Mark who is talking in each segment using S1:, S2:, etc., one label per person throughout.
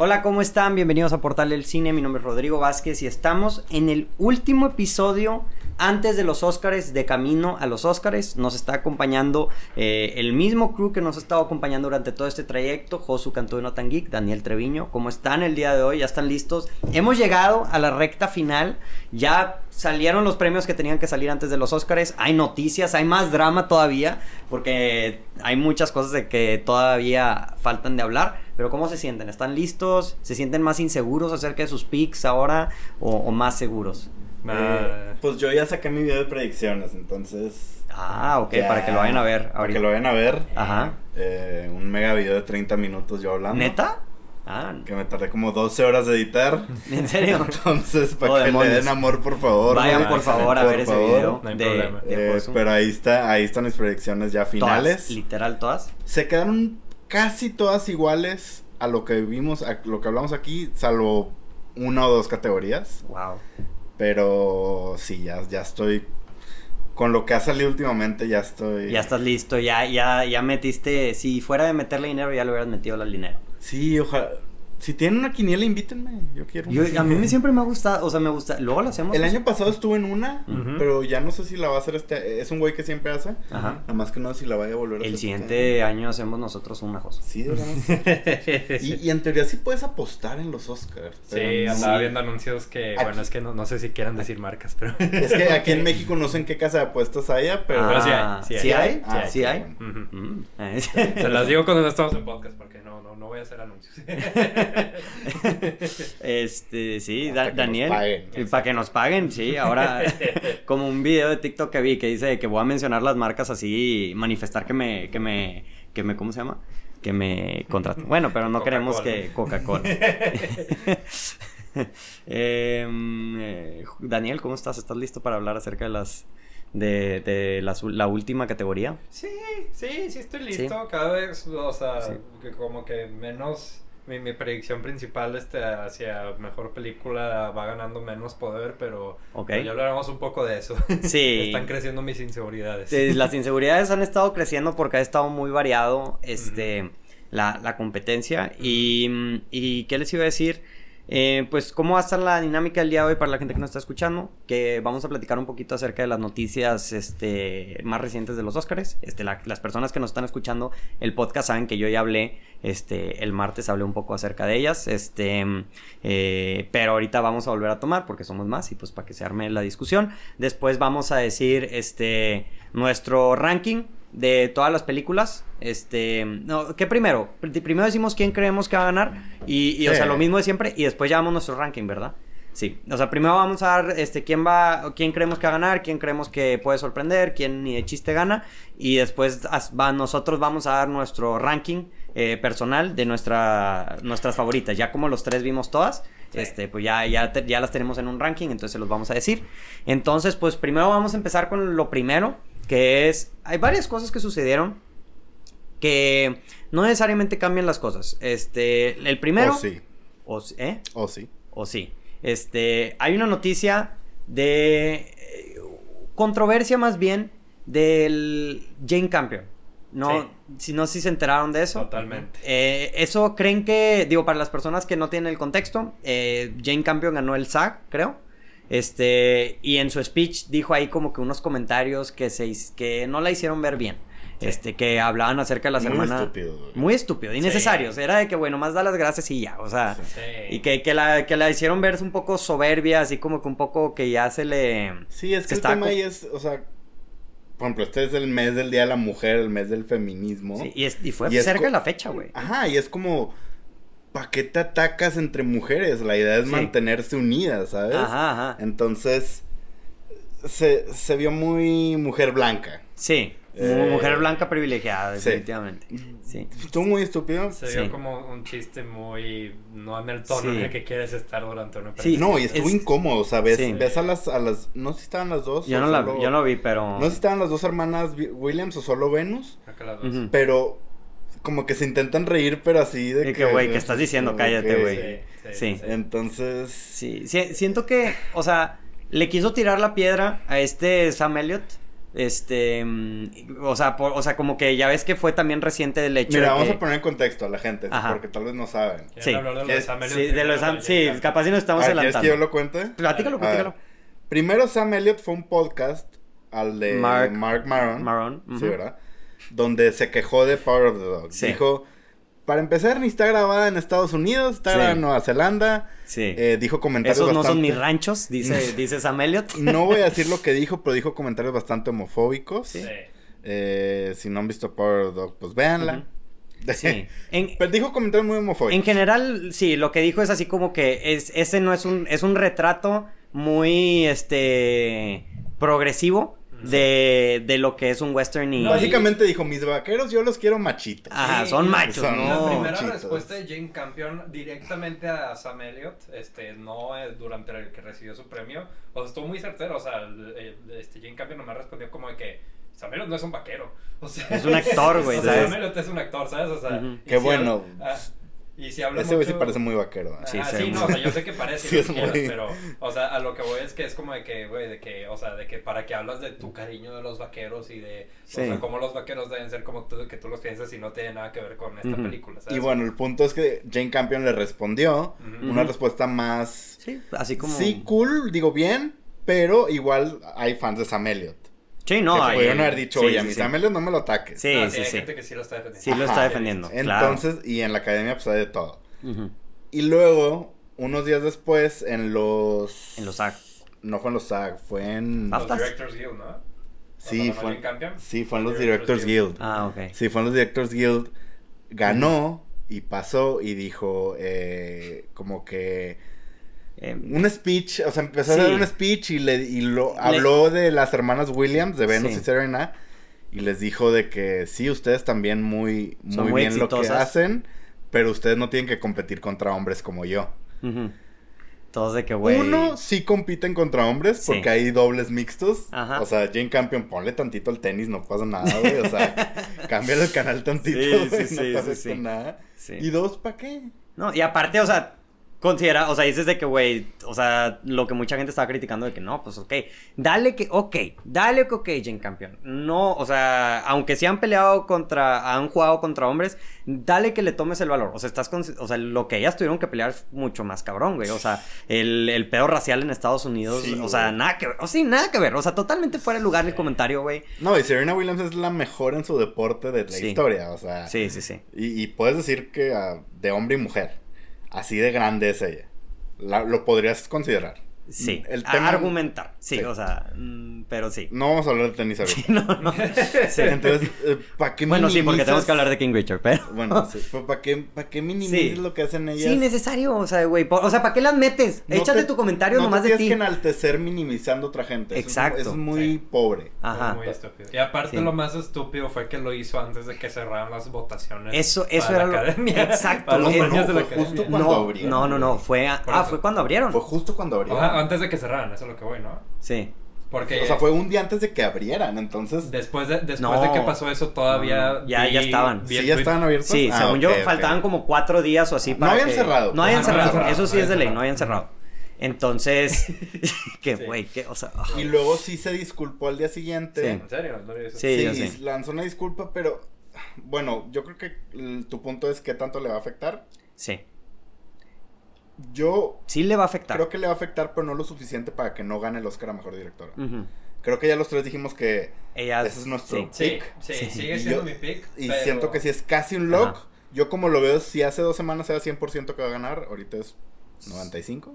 S1: Hola, ¿cómo están? Bienvenidos a Portal del Cine. Mi nombre es Rodrigo Vázquez y estamos en el último episodio antes de los Óscares, de camino a los Óscares. Nos está acompañando eh, el mismo crew que nos ha estado acompañando durante todo este trayecto, Josu Cantú de Notan Geek, Daniel Treviño. ¿Cómo están el día de hoy? ¿Ya están listos? Hemos llegado a la recta final. Ya salieron los premios que tenían que salir antes de los Óscares. Hay noticias, hay más drama todavía, porque hay muchas cosas de que todavía faltan de hablar. Pero ¿cómo se sienten? ¿Están listos? ¿Se sienten más inseguros acerca de sus picks ahora o, o más seguros?
S2: Eh, pues yo ya saqué mi video de predicciones, entonces.
S1: Ah, ok, para que lo vayan a ver
S2: Para
S1: ahorita.
S2: que lo vayan a ver.
S1: Ajá.
S2: Eh, un mega video de 30 minutos yo hablando.
S1: ¿Neta? Ah,
S2: Que me tardé como 12 horas de editar.
S1: ¿en serio?
S2: Entonces, para
S1: Oh,
S2: que
S1: demonios.
S2: le den amor, por favor.
S1: Vayan
S2: ¿no?
S1: por favor a
S2: Por
S1: ver ese
S2: favor.
S1: video
S3: No hay
S1: de,
S3: problema.
S1: de
S2: Eh,
S1: Josu.
S2: pero ahí está, ahí están mis predicciones ya
S1: Todas,
S2: finales.
S1: literal todas.
S2: Se quedaron casi todas iguales a lo que vimos, a lo que hablamos aquí, salvo una o dos categorías.
S1: Wow.
S2: Pero sí, ya, ya estoy. Con lo que ha salido últimamente, ya estoy.
S1: Ya estás listo, ya, ya, ya metiste. Si fuera de meterle dinero, ya le hubieras metido el dinero.
S2: Sí, ojalá. Si tienen una quiniela, invítenme. Yo quiero.
S1: Yo-
S2: una.
S1: a mí me siempre me ha gustado, o sea, me gusta. Luego lo hacemos.
S2: El año pasado estuve en una,
S3: Ujú.
S2: pero ya no sé si la va a hacer este. Es un güey que siempre hace.
S1: Ajá.
S2: Nada más que no sé si la vaya a volver a hacer.
S1: El
S2: este
S1: siguiente año hacemos nosotros una cosa.
S2: Sí, deberíamos. y, y en teoría sí puedes apostar en los Oscars.
S3: Sí,
S1: em,
S2: pero no-
S3: andaba viendo anuncios que,
S2: Aquí-
S3: bueno, es que no, no sé si quieran decir marcas, pero...
S2: Es que aquí en México no sé en qué casa de apuestas haya, pero.
S3: Ah, sí
S1: Ah,
S3: hay, sí hay.
S1: ¿Sí hay?
S2: Ah,
S1: ¿Sí hay?
S2: bueno.
S3: Ujú.
S1: Mm.
S3: Se las digo cuando no estamos en podcast, porque no, no, no voy a hacer anuncios.
S1: Este, sí,
S2: Hasta
S1: Da-
S2: que nos
S1: Daniel.
S2: paguen.
S1: Y para que nos paguen, sí. Ahora, como un video de TikTok que vi que dice que voy a mencionar las marcas así y manifestar que me, que me, que me, ¿cómo se llama? Que me contraten. Bueno, pero no queremos que Coca-Cola. Em, eh, Daniel, ¿cómo estás? ¿Estás listo para hablar acerca de las de, de las- la última categoría?
S3: Sí, sí, sí estoy listo. Cada vez, o sea,
S1: Sí.
S3: que como que menos... Mi, mi predicción principal este, hacia mejor película va ganando menos poder, pero
S1: Ok.
S3: ya hablaremos un poco de eso.
S1: Sí.
S3: Están creciendo mis inseguridades.
S1: Eh, las inseguridades han estado creciendo porque ha estado muy variado este, la, la competencia. Y, mm, y qué les iba a decir? Eh, pues cómo va a estar la dinámica del día de hoy para la gente que nos está escuchando, que vamos a platicar un poquito acerca de las noticias este, más recientes de los Óscares. Este, la- las personas que nos están escuchando el podcast saben que yo ya hablé, este, el martes hablé un poco acerca de ellas, este, mm, eh, pero ahorita vamos a volver a tomar porque somos más y pues para que se arme la discusión. Después vamos a decir, este, nuestro ranking de todas las películas. Este, no, ¿qué primero? Pr- Primero decimos quién creemos que va a ganar y, y, o
S2: Sí.
S1: sea, lo mismo de siempre y después ya damos nuestro ranking, ¿verdad? Sí, o sea, primero vamos a dar este, quién va, quién creemos que va a ganar, quién creemos que puede sorprender, quién ni de chiste gana y después as- va- nosotros vamos a dar nuestro ranking eh, personal de nuestra, nuestras favoritas. Ya como los tres vimos todas,
S3: Sí.
S1: este, pues ya, ya, te- ya las tenemos en un ranking, entonces se los vamos a decir. Entonces, pues primero vamos a empezar con lo primero, que es, hay varias cosas que sucedieron que no necesariamente cambian las cosas. Este, el primero...
S2: O sí,
S1: o s- ¿eh?
S2: o sí.
S1: o sí. Este, hay una noticia de eh, controversia más bien del Jane Campion. No, si no si se enteraron de eso.
S3: Totalmente.
S1: Eh, eso creen que, digo, para las personas que no tienen el contexto, eh, Jane Campion ganó el SAG, creo. Este, y en su speech dijo ahí como que unos comentarios que se his- que no la hicieron ver bien. Este, que hablaban acerca de las
S2: Muy
S1: hermanas.
S2: estúpido, güey.
S1: Muy estúpido, innecesarios. Era de que, bueno, más da las gracias y ya. O sea,
S3: Sí.
S1: y que, que la, que la hicieron ver un poco soberbia, así como que un poco que ya se le...
S2: Sí, es
S1: Se
S2: que el
S1: está
S2: tema
S1: co-
S2: ahí es, o sea, por ejemplo, este es el mes del Día de la Mujer, el mes del feminismo.
S1: Sí, y, es- y fue
S2: Y es
S1: cerca
S2: co-
S1: de la fecha, güey.
S2: Ajá, y es como, ¿para qué te atacas entre mujeres? La idea es
S1: Sí.
S2: mantenerse unidas, ¿sabes?
S1: Ajá, ajá.
S2: Entonces, se, se vio muy mujer blanca.
S1: Sí.
S2: Eh,
S1: mu- Mujer blanca privilegiada,
S2: sí.
S1: definitivamente. Sí.
S2: Estuvo muy estúpido.
S3: Se
S1: Sí.
S3: vio como un chiste muy. No en el tono
S1: Sí.
S3: en el que quieres estar durante una
S1: Sí.
S3: película.
S2: No, y estuvo
S1: Es-
S2: incómodo, ¿sabes?
S1: Sí.
S2: Ves a las, a las, no sé si estaban las dos.
S1: Yo
S2: o
S1: no, la,
S2: solo-
S1: yo no vi, pero...
S2: No sé si estaban las dos hermanas Vi- Williams o solo Venus,
S3: Creo que las dos.
S1: Ujú.
S2: pero como que se intentan reír, pero así de
S1: De que, güey, ¿qué estás diciendo?
S2: de
S1: Cállate,
S2: que-
S1: güey. Sí.
S2: Entonces,
S1: Sí, sí, siento que, o sea, le quiso tirar la piedra a este Sam Elliott Este, mm, o sea, por- o sea, como que ya ves que fue también reciente el hecho
S2: Mira,
S1: de
S2: vamos
S1: que-
S2: a poner en contexto a la gente,
S1: Ajá.
S2: porque tal vez no saben.
S3: Quieren
S1: Sí.
S3: hablar de los
S2: Sí,
S3: exámenes
S1: Sí, de
S3: primero,
S1: los,
S3: pero ya
S1: sí,
S3: está.
S1: capaz si nos estamos
S2: Ah, ¿Quieres que
S1: adelantando.
S2: yo lo Ah, cuente?
S1: Platícalo,
S2: A
S1: platícalo.
S2: ver. Primero Sam Elliott fue un podcast al de
S1: Mark-
S2: Mark, Maron.
S1: Marrón. ujú.
S2: ah, Sí, ¿verdad? Donde se quejó de Power of the Dog.
S1: Sí.
S2: Dijo, para empezar, ni está grabada en Estados Unidos, está
S1: Sí.
S2: grabada en Nueva Zelanda.
S1: Sí.
S2: Eh, dijo comentarios
S1: Esos no son
S2: bastante-
S1: mis ranchos, dice, dice Sam Elliott.
S2: No voy a decir lo que dijo, pero dijo comentarios bastante homofóbicos.
S3: Sí.
S2: Eh, si no han visto Power of the Dog, pues véanla.
S1: Sí. En,
S2: pero dijo comentarios muy
S1: en
S2: homofóbicos.
S1: general, sí, lo que dijo es así como que es, ese no es un, es un retrato muy este progresivo de, de lo que es un western y.
S3: No,
S2: Básicamente dijo, mis vaqueros yo los quiero machitos.
S1: Ajá,
S3: Sí,
S1: son
S3: y-
S1: machos,
S2: son-
S1: ¿no?
S3: La primera
S2: chitos.
S3: respuesta de Jane Campion directamente a Sam Elliott, este, no eh, durante el que recibió su premio, o sea, estuvo muy certero, o sea, el- el- este, Jane Campion nomás respondió como de que Sam Elliott no es un vaquero, o sea,
S1: Es un actor, güey,
S3: o sea,
S1: ¿sabes?
S3: Sam Elliott es un actor, ¿sabes? O sea,
S1: Ujú.
S3: y
S2: Qué
S3: si
S2: bueno.
S3: habla- ah, y si habla
S2: Ese güey sí
S3: mucho-
S2: parece muy vaquero. ¿eh?
S3: Ah,
S1: Sí,
S3: Sí,
S1: se ve
S3: no,
S1: muy-
S3: o sea, yo sé que parece
S2: Sí,
S3: lo
S2: es
S3: que
S2: muy-
S3: quieras, pero, o sea, a lo que voy es que es como de que, güey, de que, o sea, de que para que hablas de tu cariño de los vaqueros y de,
S1: Sí.
S3: o sea, cómo los vaqueros deben ser como tú, que tú los piensas y no tiene nada que ver con esta
S1: Ujú.
S3: película, ¿sabes?
S2: Y bueno, el punto es que Jane Campion le respondió
S3: Ujú. Ah,
S2: una respuesta más...
S1: Sí, así como.
S2: Sí, cool, digo bien, pero igual hay fans de Sam Elliott.
S1: Sí,
S2: que
S1: no. hay-
S2: pudieron haber dicho,
S1: sí,
S2: oye, a
S1: sí,
S2: mi
S1: sí.
S2: Sam Elliott no me lo ataques.
S1: Sí,
S3: No,
S1: sí,
S3: hay
S1: sí.
S3: gente que Ah, sí lo está defendiendo.
S1: Sí lo está defendiendo. claro.
S2: Entonces, y en la academia pues hay de todo.
S1: Ujú.
S2: Y luego, unos días después, en los...
S1: En los SAG.
S2: No fue en los SAG, fue en...
S1: Ah,
S3: Los
S1: ¿Aftas?
S3: Directors Guild, ¿no?
S2: sí,
S3: ¿no, no,
S2: fue
S3: Jane Campion?
S2: en... Sí, fue en los
S3: Directors
S2: Directors Guild.
S1: Ah, ok.
S2: Sí, fue en los Directors Guild. Ganó y pasó y dijo eh, como que...
S1: Eh,
S2: un speech, o sea, empezó
S1: Sí.
S2: a dar un speech y, le, y lo habló de las hermanas Williams, de Venus
S1: Sí.
S2: y Serena, y les dijo de que sí, ustedes también muy,
S1: Son
S2: muy,
S1: muy
S2: bien lo que
S1: exitosas.
S2: hacen, pero ustedes no tienen que competir contra hombres como yo.
S1: ujú. Todos de que, güey.
S2: Uno, sí compiten contra hombres,
S1: Sí.
S2: porque hay dobles mixtos.
S1: Ajá.
S2: O sea, Jane Campion, ponle tantito al tenis, no pasa nada, güey. O sea, cámbiale el canal tantito,
S1: Sí, sí,
S2: güey,
S1: sí,
S2: no
S1: sí,
S2: pasa
S1: sí.
S2: nada.
S1: Sí.
S2: Y dos, ¿para qué?
S1: No, y aparte, o sea, considera, o sea, dices de que, güey, o sea, lo que mucha gente estaba criticando de que no, pues ok, dale que, ok, dale que, ok, Jane Campion. No, o sea, aunque se han peleado contra, han jugado contra hombres, dale que le tomes el valor. O sea, estás, con, o sea, lo que ellas tuvieron que pelear es mucho más cabrón, güey. O sea, el, el pedo racial en Estados Unidos,
S2: Sí,
S1: o sea,
S2: güey.
S1: nada que ver, o sí, nada que ver, o sea, totalmente fuera de lugar el comentario, güey.
S2: No, y Serena Williams es la mejor en su deporte de la
S1: Sí.
S2: historia, o sea.
S1: Sí, sí, sí.
S2: Y, y puedes decir que ah, de hombre y mujer, así de grande es ella. La- lo podrías considerar.
S1: Sí,
S2: El
S1: A-
S2: tema-
S1: argumentar, sí,
S2: Sí.
S1: o sea, mm, pero sí.
S2: No vamos a hablar de tenis ahorita.
S1: No, no. Sí.
S2: Entonces, ¿para qué
S1: Bueno, sí, porque
S2: minimizas-
S1: tenemos que hablar de King Richard, pero.
S2: Bueno, sí, ¿para qué, pa' qué minimizas
S1: Sí.
S2: lo que hacen ellas?
S1: Sí, necesario, o sea, güey. por- O sea, ¿para qué las metes?
S2: No
S1: Échate
S2: te-
S1: tu comentario
S2: no te
S1: nomás de
S2: tienes
S1: ti.
S2: que enaltecer minimizando a otra gente. Eso es-
S1: Exacto.
S2: eso es muy pobre.
S1: Ajá.
S3: Muy estúpido. Y aparte
S1: Sí.
S3: lo más estúpido fue que lo hizo antes de que cerraran las votaciones.
S1: Eso- eso
S3: para
S1: era
S3: la
S1: lo-
S3: academia.
S1: Exacto.
S3: Para los
S1: No,
S3: premios
S2: no,
S3: de la
S2: fue justo
S3: academia.
S2: cuando
S1: no,
S2: abrieron,
S1: no, no, no, fue a-
S3: Por
S1: ah,
S3: eso.
S1: fue cuando abrieron.
S2: Fue justo cuando abrieron.
S3: Ajá, antes de que cerraran, eso es lo que voy, ¿no?
S1: Sí.
S3: Porque
S2: O sea, fue un día antes de que abrieran, entonces...
S3: Después de, después
S1: No.
S3: de que pasó eso todavía...
S1: No, ya- ya estaban.
S2: ¿Sí
S3: el
S2: ya
S3: tuit-
S2: estaban abiertos?
S1: Sí,
S2: Ah,
S1: según yo,
S2: ok, ok.
S1: faltaban como cuatro días o así
S2: No
S1: para.
S2: habían
S1: que-
S2: cerrado.
S1: No habían
S3: Ajá, no
S1: cerrado.
S3: habían
S1: Eso
S3: cerrado,
S1: sí es de ley,
S3: no
S1: no habían cerrado. Entonces, que
S3: Sí.
S1: güey, que, o sea. ah.
S2: Y luego sí se disculpó al día siguiente.
S1: Sí.
S3: ¿En serio? No lo había visto.
S1: Sí.
S2: Sí,
S1: yo sé.
S2: lanzó una disculpa, pero bueno, yo creo que l- tu punto es qué tanto le va a afectar.
S1: Sí.
S2: Yo
S1: Sí le va a afectar.
S2: creo que le va a afectar, pero no lo suficiente para que no gane el Oscar a mejor directora.
S1: Ujú.
S2: Creo que ya los tres dijimos que
S1: Ella.
S2: Ese es nuestro-
S1: sí.
S3: Sí, sí,
S1: Sí.
S3: sigue
S2: Y
S3: siendo
S2: yo-
S3: mi pick.
S2: y
S3: pero-
S2: siento que si es casi un lock,
S1: Ajá.
S2: yo como lo veo, si hace dos semanas era 100% que va a ganar, ahorita es 95.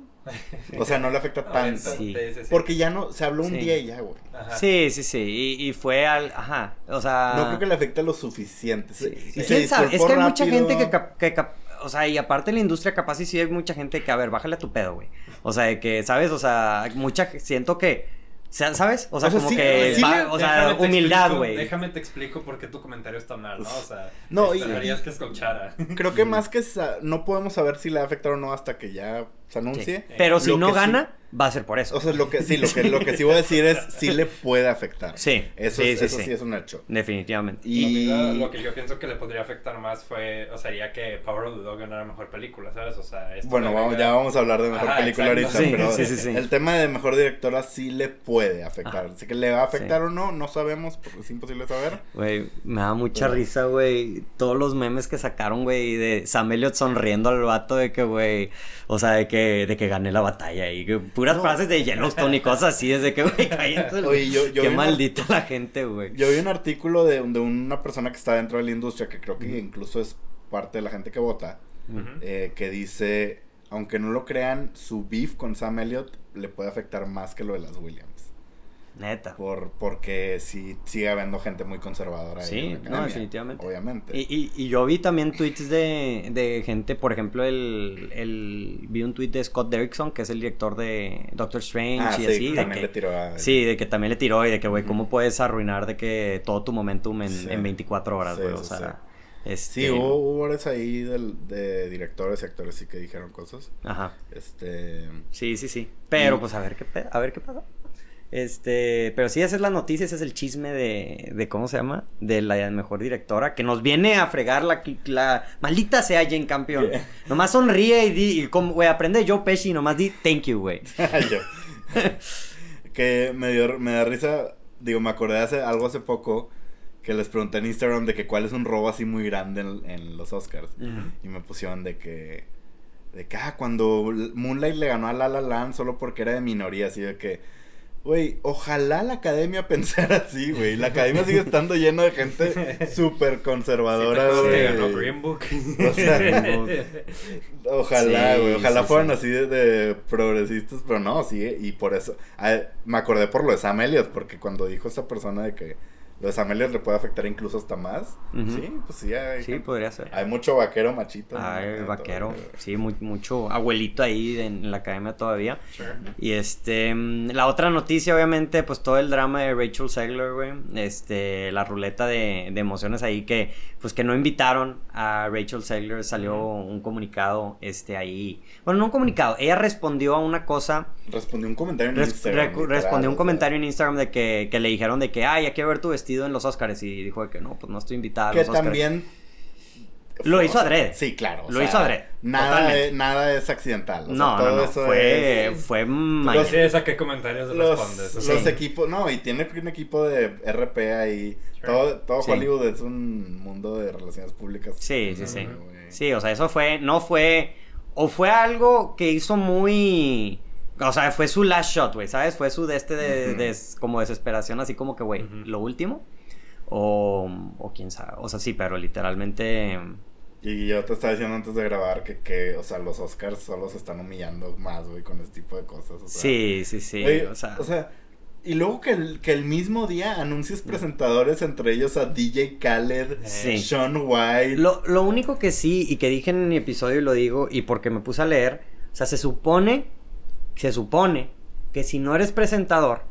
S2: o sea, no le afecta
S3: Ah,
S2: tanto.
S1: Sí.
S3: sí, sí.
S2: Porque ya no, se habló un
S1: Sí.
S2: día y ya, güey.
S3: Ajá.
S1: Sí, sí, sí. Y, y fue al. Ajá. O sea.
S2: No creo que le afecte lo suficiente.
S1: Ah. Sí,
S2: Y
S1: sí.
S2: se
S1: ¿Quién sabe? Es
S2: disculpó
S1: que hay mucha
S2: rápido.
S1: gente que, cap- que cap- o sea, y aparte en la industria capaz y sí hay mucha gente que, a ver, bájale a tu pedo, güey. O sea, de que, ¿sabes? O sea, mucha, siento que, sa- ¿sabes? O sea,
S2: O sea,
S1: como
S2: sí,
S1: que,
S2: sí
S1: eh, va-
S2: le-
S1: o sea,
S3: Déjame te
S1: humildad,
S3: explico-
S1: güey.
S3: Déjame te explico por qué tu comentario está mal, ¿no? O sea,
S2: No,
S3: no,
S2: y-
S3: esperarías que escuchara.
S2: Creo que más que sa- no podemos saber si le va a afectar o no hasta que ya se anuncie.
S3: Sí.
S1: Pero si
S2: Lo
S1: no
S2: que sí-
S1: gana, va a ser por eso.
S2: O sea, lo que sí, lo que, lo que sí voy a decir es sí le puede afectar.
S1: Sí,
S2: Eso,
S1: sí,
S2: es-
S1: sí,
S2: eso sí.
S1: sí.
S2: es un hecho.
S1: Definitivamente.
S2: Y
S3: Lo, que, lo que yo pienso que le podría afectar más fue, o sería que Power of the Dog ganara mejor película, ¿sabes? O sea, esto
S2: bueno,
S3: le
S2: vamos-
S3: agrega-
S2: ya vamos a hablar de mejor
S3: Ajá,
S2: película
S3: exacto.
S2: ahorita,
S1: Sí,
S2: pero
S1: sí, sí, sí.
S2: el tema de mejor directora sí le puede afectar. Así que le va a afectar o no, no sabemos, porque es imposible saber.
S1: Güey, me da mucha
S2: Pero-
S1: risa, güey. Todos los memes que sacaron, güey, de Sam Elliott sonriendo al vato de que, güey, o sea, de que, de que gané la batalla y que puras
S2: No.
S1: frases de Yellowstone y cosas así, desde que, güey, cayendo.
S2: Oye, yo- yo
S1: Qué
S2: vi una-
S1: maldita la gente, güey.
S2: Yo vi un artículo de, de una persona que está dentro de la industria, que creo que incluso es parte de la gente que vota,
S3: Ujú.
S2: eh, que dice, aunque no lo crean, su beef con Sam Elliott le puede afectar más que lo de las Williams.
S1: Neta.
S2: Por, porque sí sigue habiendo gente muy conservadora. ahí
S1: Sí,
S2: en la
S1: no,
S2: academia,
S1: definitivamente.
S2: Obviamente.
S1: Y, y, y yo vi también tweets de, de gente, por ejemplo, el, el vi un tweet de Scott Derrickson, que es el director de Doctor Strange
S2: ah,
S1: y
S2: sí,
S1: así. de
S2: también
S1: que-
S2: le tiró a...
S1: Sí, de que también le tiró y de que, güey,
S2: Ujú.
S1: ¿cómo puedes arruinar de que todo tu momentum en,
S2: Sí.
S1: en 24 horas,
S2: Sí,
S1: güey? o
S2: sí,
S1: sea, este...
S2: Sí, hubo, hubo varios ahí del- de directores y actores sí que dijeron cosas.
S1: Ajá.
S2: Este...
S1: Sí, sí, sí. Pero,
S2: Y-
S1: pues, a ver qué pe- a ver qué pasa. Este, pero sí, esa es la noticia, ese es el chisme de, de ¿cómo se llama? De la mejor directora, que nos viene a fregar la, qui- la maldita sea Jane Campion. Nomás sonríe y di, y como, güey, aprende yo Pesci y nomás di thank you, güey.
S2: Yo. que me, dio, me da risa, digo, me acordé hace algo hace poco que les pregunté en Instagram de que cuál es un robo así muy grande en, en los Oscars. Y me pusieron de que. De que, ah, cuando Moonlight le ganó a La La Land solo porque era de minoría, así de que. Güey, ojalá la academia pensara así, güey. La academia sigue estando lleno de gente súper conservadora,
S3: Sí, te
S2: güey.
S3: acuerdas que ganó Green Book.
S2: O sea, Green Ojalá,
S1: Sí,
S2: güey. Ojalá
S1: sí,
S2: fueran
S1: sí.
S2: así de, de progresistas, pero no, sí. Y por eso. ah, me acordé por lo de Sam Elliott, porque cuando dijo esta persona de que lo de Sam Elliott le puede afectar incluso hasta más.
S1: Ujú.
S2: Sí, pues sí. Hay,
S1: Sí, podría ser.
S2: hay mucho vaquero machito. ¿no?
S1: Ay,
S2: De Pues, eh, todo,
S1: Ah, vaquero,
S2: pero-
S1: sí, muy- mucho abuelito ahí de- en la academia todavía.
S3: Sure.
S1: Y este, mm, la otra noticia, obviamente, pues todo el drama de Rachel Zegler, güey. Este, la ruleta de, de emociones ahí que, pues que no invitaron a Rachel Zegler. Salió un comunicado, este, ahí. Bueno, no un comunicado, ella respondió a una cosa.
S2: Respondió un comentario en
S1: res-
S2: Instagram.
S1: recu-
S2: literal,
S1: respondió
S2: o
S1: un
S2: sea,
S1: comentario en Instagram de que, que le dijeron de que, ay, ya quiero ver tu vestido en los Oscars. Y dijo de que no, pues no estoy invitada a
S2: Que
S1: los Oscars.
S2: también.
S1: Lo hizo
S2: o sea,
S1: adrede.
S2: Sí, claro. o
S1: Lo
S2: sea,
S1: hizo adrede,
S2: Nada,
S1: totalmente.
S2: es, nada es accidental. o sea,
S1: No, no,
S2: todo
S1: no,
S2: eso es-
S1: fue, fue maña.
S3: Yo sí sé a qué comentarios
S2: los,
S3: respondes. o
S2: los
S3: sea,
S1: Sí.
S2: equipos, no, y tiene un equipo de RP ahí.
S3: Sure.
S2: Todo, todo
S1: Sí.
S2: Hollywood es un mundo de relaciones públicas.
S1: Sí, sí, sí.
S2: Muy-
S1: Sí, o sea, eso fue, no fue, o fue algo que hizo muy, o sea, fue su last shot, güey, ¿sabes? Fue su de este de,
S2: Ujú.
S1: des- como desesperación, así como que, güey,
S3: Ujú.
S1: lo último, o, o quién sabe, o sea, sí, pero literalmente,
S2: Y yo te estaba diciendo antes de grabar que, que, o sea, los Oscars solo se están humillando más, güey, con este tipo de cosas. o sea.
S1: sí, sí, sí,
S2: Güey,
S1: o sea,
S2: y luego que el, que el mismo día anuncias presentadores, entre ellos a DJ Khaled,
S1: Sí.
S2: Sean White.
S1: Lo, lo único que sí, y que dije en mi episodio y lo digo, y porque me puse a leer, o sea, se supone, se supone que si no eres presentador,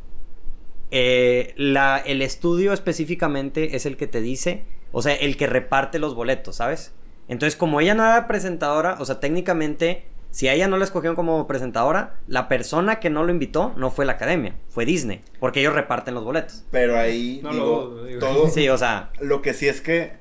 S1: eh, la, el estudio específicamente es el que te dice, o sea, el que reparte los boletos, ¿sabes? Entonces, como ella no era presentadora, o sea, técnicamente, si a ella no la escogieron como presentadora, la persona que no lo invitó no fue la academia, fue Disney, porque ellos reparten los boletos.
S2: Pero ahí,
S3: No
S2: digo,
S3: lo dudo, digo.
S2: todo-
S1: Sí, o sea,
S2: Lo que sí es que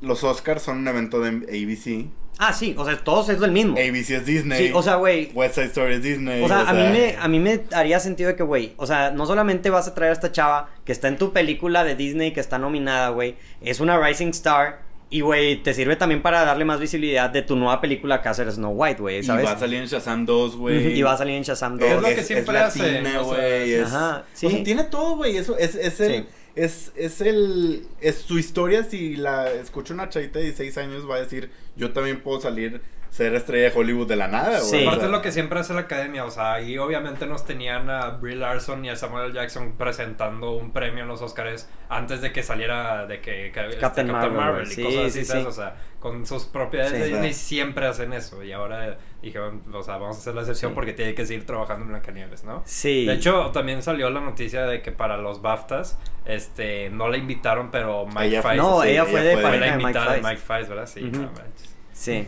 S2: los Oscars son un evento de ABC.
S1: ah, sí, o sea, todos es el mismo.
S2: ABC es Disney.
S1: Sí, o sea, güey,
S2: West Side Story es Disney.
S1: O sea, a mí, me, a mí me haría sentido de que, güey, o sea, no solamente vas a traer a esta chava que está en tu película de Disney que está nominada, güey, es una rising star y, güey, te sirve también para darle más visibilidad de tu nueva película que hacer Snow White, güey, ¿sabes?
S2: Y va a salir en Shazam 2,
S1: Ujú,
S2: güey. Eh,
S1: y va a salir en Shazam 2.
S3: Es lo que
S2: es,
S3: siempre
S2: es
S3: hace,
S2: latina,
S3: o sea,
S2: güey. es-
S1: Ajá, sí.
S2: O sea, tiene todo, güey. Eso es, es el.
S1: Sí.
S2: Es, es el. Es su historia. Si la escucha una chavita de 16 años, va a decir: Yo también puedo salir, ser estrella de Hollywood de la nada, güey.
S1: Sí.
S2: O
S3: Aparte
S2: sea,
S3: es lo que siempre hace la academia, o sea, ahí obviamente nos tenían a Brie Larson y a Samuel L. Jackson presentando un premio en los Oscars antes de que saliera de que, que- este,
S1: Captain Marvel,
S3: y
S1: sí,
S3: cosas así,
S1: sí,
S3: ¿sabes?
S1: sí.
S3: o sea, con sus propiedades
S1: Sí.
S3: de Disney
S2: Ajá.
S3: siempre hacen eso y ahora dijeron, o sea, vamos a hacer la excepción
S1: Sí.
S3: porque tiene que seguir trabajando en Blancanieves, ¿no?
S1: Sí.
S3: De hecho, también salió la noticia de que para los BAFTAs, este, no la invitaron, pero Mike
S2: Ella fue-
S3: Feist
S1: no,
S2: sí,
S1: ella
S2: ella
S1: fue
S2: fue
S1: de
S2: la
S3: fue la
S1: pareja de Mike
S3: invitada de
S1: Feist.
S3: Mike Feist, ¿verdad? Sí,
S1: Ujú.
S3: no manches.
S1: Sí.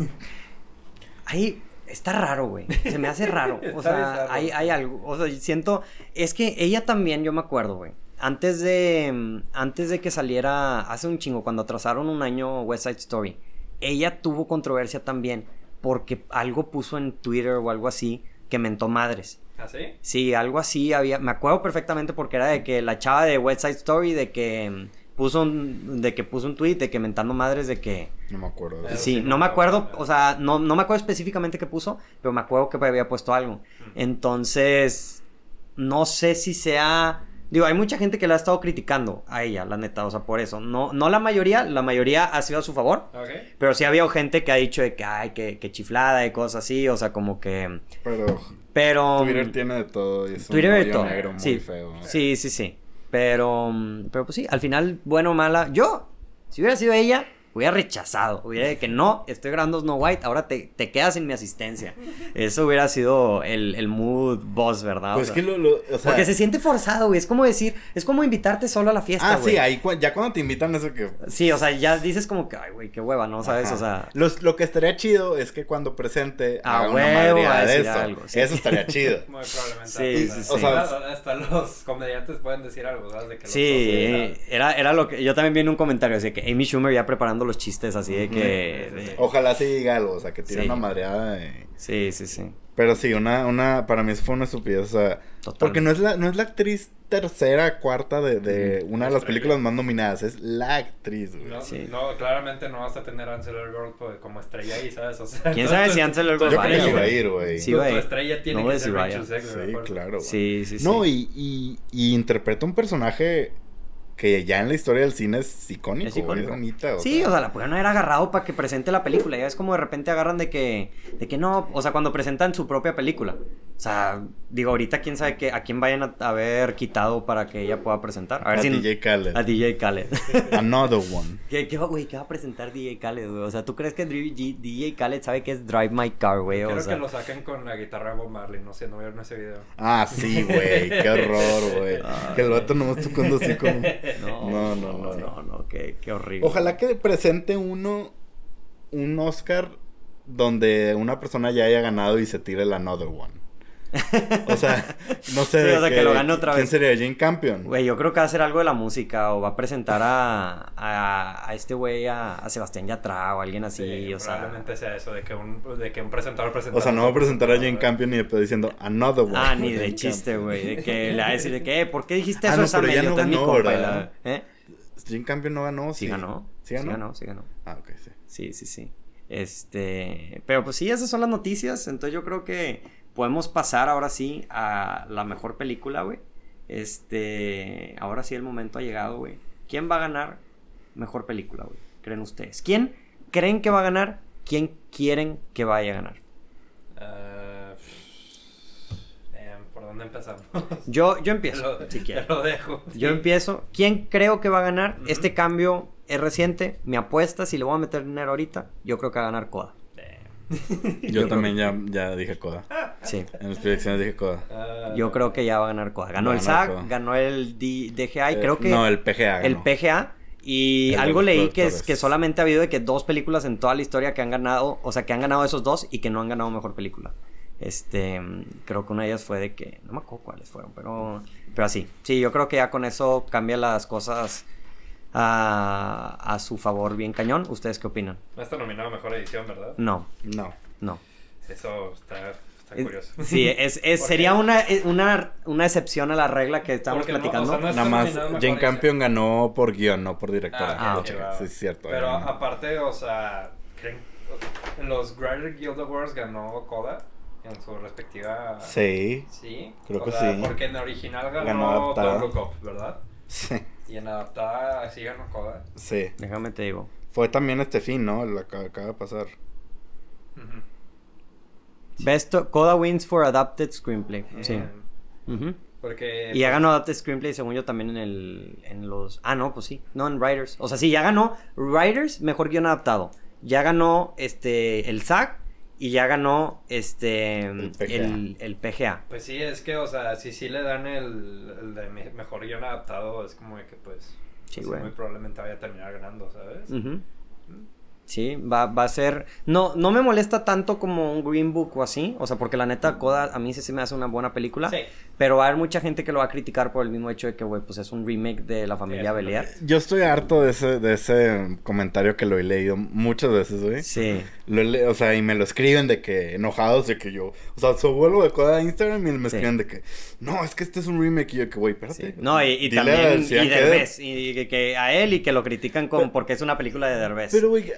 S1: Ahí, Está raro, güey. Se me hace raro. O
S3: Está
S1: sea,
S3: bizarro.
S1: hay, hay algo. O sea, siento. Es que ella también, yo me acuerdo, güey. Antes de. mm, Antes de que saliera. Hace un chingo, cuando atrasaron un año West Side Story. Ella tuvo controversia también. Porque algo puso en Twitter o algo así. Que mentó madres.
S3: ¿Así?
S1: Sí, algo así había. Me acuerdo perfectamente porque era de que la chava de West Side Story de que mm, puso un, de que puso un tweet de que mentando madres de que.
S2: No me acuerdo. de
S3: Pero
S2: eso.
S1: Sí,
S3: sí
S1: no me
S3: me acuerdo.
S1: acuerdo, o sea, no, no me acuerdo específicamente qué puso, pero me acuerdo que había puesto algo. Entonces, no sé si sea. Digo, hay mucha gente que la ha estado criticando a ella, la neta, o sea, por eso. No, no la mayoría, la mayoría ha sido a su favor,
S3: ¿Ok?
S1: pero sí ha habido gente que ha dicho de que, ay, que, que chiflada y cosas así, o sea, como que.
S2: Pero
S1: Pero.
S2: Twitter tiene de todo. Y es
S1: Um, Twitter
S2: un
S1: de
S2: hoyo
S1: todo,
S2: negro muy
S1: sí.
S2: feo. ¿no?
S1: Sí, sí, sí. Pero, mm, pero pues sí, al final, bueno o mala. Yo, si hubiera sido ella, hubiera rechazado. Hubiera de que no, estoy grabando Snow White, ahora te, te quedas sin mi asistencia. Eso hubiera sido el, el mood boss, ¿verdad? O
S2: Pues
S1: sea,
S2: que lo. lo- o sea,
S1: Ah, porque se siente forzado, güey. Es como decir, es como invitarte solo a la fiesta,
S2: Ah,
S1: güey.
S2: sí, ahí cu- ya cuando te invitan eso que.
S1: Sí, o sea, ya dices como que, ay, güey, qué hueva, ¿no? ¿Sabes?
S2: Ajá.
S1: O sea,
S2: Los- lo que estaría chido es que cuando presente
S1: Ah,
S2: haga
S1: huevo,
S2: una
S1: va a
S2: madreada de
S1: decir
S2: eso.
S1: algo, sí.
S2: Eso estaría chido.
S3: Muy probablemente.
S1: Sí,
S3: o sea,
S1: sí,
S2: sí.
S3: Hasta, hasta los comediantes pueden decir algo, ¿sabes? De que los
S1: sí,
S3: dos,
S1: era, era lo que. Yo también vi en un comentario, así que Amy Schumer ya preparando los chistes, así de que.
S3: Ujú.
S1: de-
S2: Ojalá sí diga algo, o sea, que tire
S1: Sí.
S2: una madreada de-
S1: Sí, sí, sí.
S2: Pero sí, una, una, para mí eso fue una estupidez, o sea,
S1: Total.
S2: porque no es la, no es la actriz tercera, cuarta de, de una de las
S3: Australia.
S2: películas más nominadas, es la actriz, güey.
S3: No,
S1: Sí.
S3: no, claramente no vas a tener a Ansel Elgort pues, como estrella ahí, ¿sabes? O sea,
S1: ¿Quién
S3: tú-
S1: sabe
S3: tú-
S1: si Ansel
S3: tú-
S1: Elgort
S3: tú-
S2: Yo creo
S1: vaya,
S2: que iba a
S1: güey.
S2: ir, güey.
S1: Sí,
S3: tu-
S1: va a
S3: tu
S1: ir.
S3: estrella tiene
S1: No
S3: que
S1: sé
S3: ser
S1: si vaya.
S3: Rachel Zegler,
S2: Sí,
S3: me acuerdo.
S2: claro. güey.
S1: Sí, sí, sí.
S2: No, y, y, y interpreta un personaje que ya en la historia del cine es icónico,
S1: Es
S2: güey, es
S1: icónico.
S2: bonita, o
S1: Sí,
S2: sea.
S1: o sea, la pudieron haber agarrado para que presente la película. Ya es como de repente agarran de que, de que no, o sea, cuando presentan su propia película. O sea, digo, ahorita quién sabe que, a quién vayan a a haber quitado para que ella pueda presentar. A
S2: a,
S1: ver si.
S2: DJ Khaled.
S1: A DJ Khaled.
S2: Another one.
S1: ¿Qué, qué, va- güey, ¿Qué va a presentar DJ Khaled, güey? O sea, ¿tú crees que Dri- G- DJ Khaled sabe que es Drive My Car, güey? O
S3: Quiero
S1: sea,
S3: que lo saquen con la guitarra de Bob Marley, no sé, no vieron ese video.
S2: Ah, sí, güey, qué horror, güey.
S1: Ay.
S2: Que el vato nomás tocando así como...
S1: no,
S2: No, no, no.
S1: no, no, qué, qué horrible.
S2: Ojalá que presente uno un Oscar donde una persona ya haya ganado y se tire el another one. O sea, no sé.
S1: Sí,
S2: de
S1: o sea, que lo gane otra
S2: ¿Quién
S1: vez.
S2: sería Jane Campion?
S1: Güey, yo creo que va a hacer algo de la música o va a presentar a, a, a este güey, a, a Sebastián Yatra o alguien así, o sea...
S3: probablemente sea eso, de que un, de que un presentador presenta.
S2: O sea, no va a presentar a Jane Campion y después diciendo another one.
S1: Ah, ni
S2: Jane
S1: de
S2: Campion.
S1: chiste, güey, de que le va a decir de que, "Eh, ¿por qué dijiste
S2: Ah,
S1: eso
S2: no,
S1: a esa
S2: pero ya
S1: medio?
S2: no
S1: Tú eres mi
S2: ganó,
S1: compa", y la-
S2: ¿verdad?
S1: ¿Eh?
S2: Jane Campion no ganó.
S1: Sí, ganó,
S2: Sí ganó.
S1: sí ganó, sí ganó.
S2: Ah, ok, sí.
S1: Sí, sí, sí. Este, pero pues sí, esas son las noticias. Entonces yo creo que podemos pasar ahora sí a la mejor película, güey. Este, ahora sí el momento ha llegado, güey. ¿Quién va a ganar mejor película, güey? ¿Creen ustedes? ¿Quién creen que va a ganar? ¿Quién quieren que vaya a ganar?
S3: Ah, pff, eh, ¿Por dónde empezamos?
S1: Yo, yo
S3: Te
S1: empiezo,
S3: lo,
S1: si
S3: te
S1: quieren.
S3: lo dejo.
S1: Yo empiezo. ¿Quién creo que va a ganar?
S3: Ujú.
S1: Este cambio es reciente. Mi apuesta, si le voy a meter dinero ahorita, yo creo que va a ganar Coda.
S2: Yo, también ya, ya dije Coda.
S1: Sí.
S2: En las proyecciones dije Coda.
S3: Ah,
S1: Yo creo que ya va a ganar Coda. Ganó
S2: Va a
S1: el
S2: ganar
S1: SAG,
S2: Coda.
S1: ganó el D- DGI,
S2: Eh,
S1: creo que
S2: No,
S1: el,
S2: el PGA. ganó.
S1: PGA. Y
S2: El de
S1: algo
S2: los
S1: leí que, es,
S2: productores.
S1: que solamente ha habido de que dos películas en toda la historia que han ganado, o sea, que han ganado esos dos y que no han ganado mejor película. Este, mm, creo que una de ellas fue de que, no me acuerdo cuáles fueron, pero, pero así. Sí, yo creo que ya con eso cambia las cosas a, a su favor bien cañón. ¿Ustedes qué opinan?
S3: No está nominado a mejor edición, ¿verdad?
S1: No,
S2: No.
S1: no.
S3: Eso está, está
S1: Eh,
S3: curioso.
S2: Ah,
S1: Sí, es, es-
S3: ¿Por
S1: sería
S3: qué?
S1: una, eh, una, una excepción a la regla que estábamos
S3: Porque no, o sea,
S1: platicando.
S3: no está
S2: Nada más,
S3: nominado a mejor
S2: Jane
S3: edición.
S2: Campion ganó por guión, no por directora.
S1: Ah,
S3: ok,
S1: ok,
S3: ok, va.
S2: sí, es cierto. eh.
S3: Pero
S2: ganó.
S3: aparte, o sea, ¿creen? en los Writer Guild Awards ganó Coda en su respectiva.
S2: Sí,
S3: Sí.
S2: Creo
S3: O
S2: que
S3: sea,
S2: sí.
S3: Porque en la original ganó,
S2: Ganó adaptada.
S3: Don't Look Up, ¿verdad?
S2: sí,
S3: Y en adaptada sí ganó Coda.
S2: sí.
S1: Déjame te digo.
S2: Fue también este fin, ¿no? Lo que acaba de pasar.
S3: Ujú.
S1: Best Coda wins for adapted screenplay. Sí.
S3: Eh,
S1: Ujú.
S3: Porque.
S1: Y ya ganó adapted screenplay, según yo, también en el en los Ah, no, pues sí. No en writers. O sea, sí ya ganó writers, mejor guión adaptado. Ya ganó este el SAG y ya ganó este el
S2: El
S1: PGA.
S2: PGA.
S1: El, PGA.
S3: Pues sí, es que, o sea, si sí le dan el, el de me- mejor guión adaptado, es como de que, pues.
S1: Sí,
S3: sí,
S1: güey.
S3: muy probablemente vaya a terminar ganando, ¿sabes?
S1: Ujú. Sí, va, va a ser... No, no me molesta tanto como un Green Book o así, o sea, porque la neta Coda a mí sí se me hace una buena película,
S3: Sí.
S1: pero va a haber mucha gente que lo va a criticar por el mismo hecho de que, güey, pues es un remake de La Familia
S3: es un
S1: Belier.
S2: Yo estoy harto de ese, de ese comentario que lo he leído muchas veces, güey.
S1: Sí.
S2: Lo he le- o sea, y me lo escriben de que enojados de que yo. O sea, su vuelo de coda a Instagram y me
S1: Sí.
S2: escriben de que. No, es que este es un remake. Y yo que, güey, espérate. pues,
S1: Sí. No, y, y
S2: Dile a
S1: también
S2: Cian
S1: y
S2: Heder.
S1: Derbez, y que, que a él y que lo critican con
S2: Pero-
S1: porque es una película de Derbez.
S2: Pero, güey,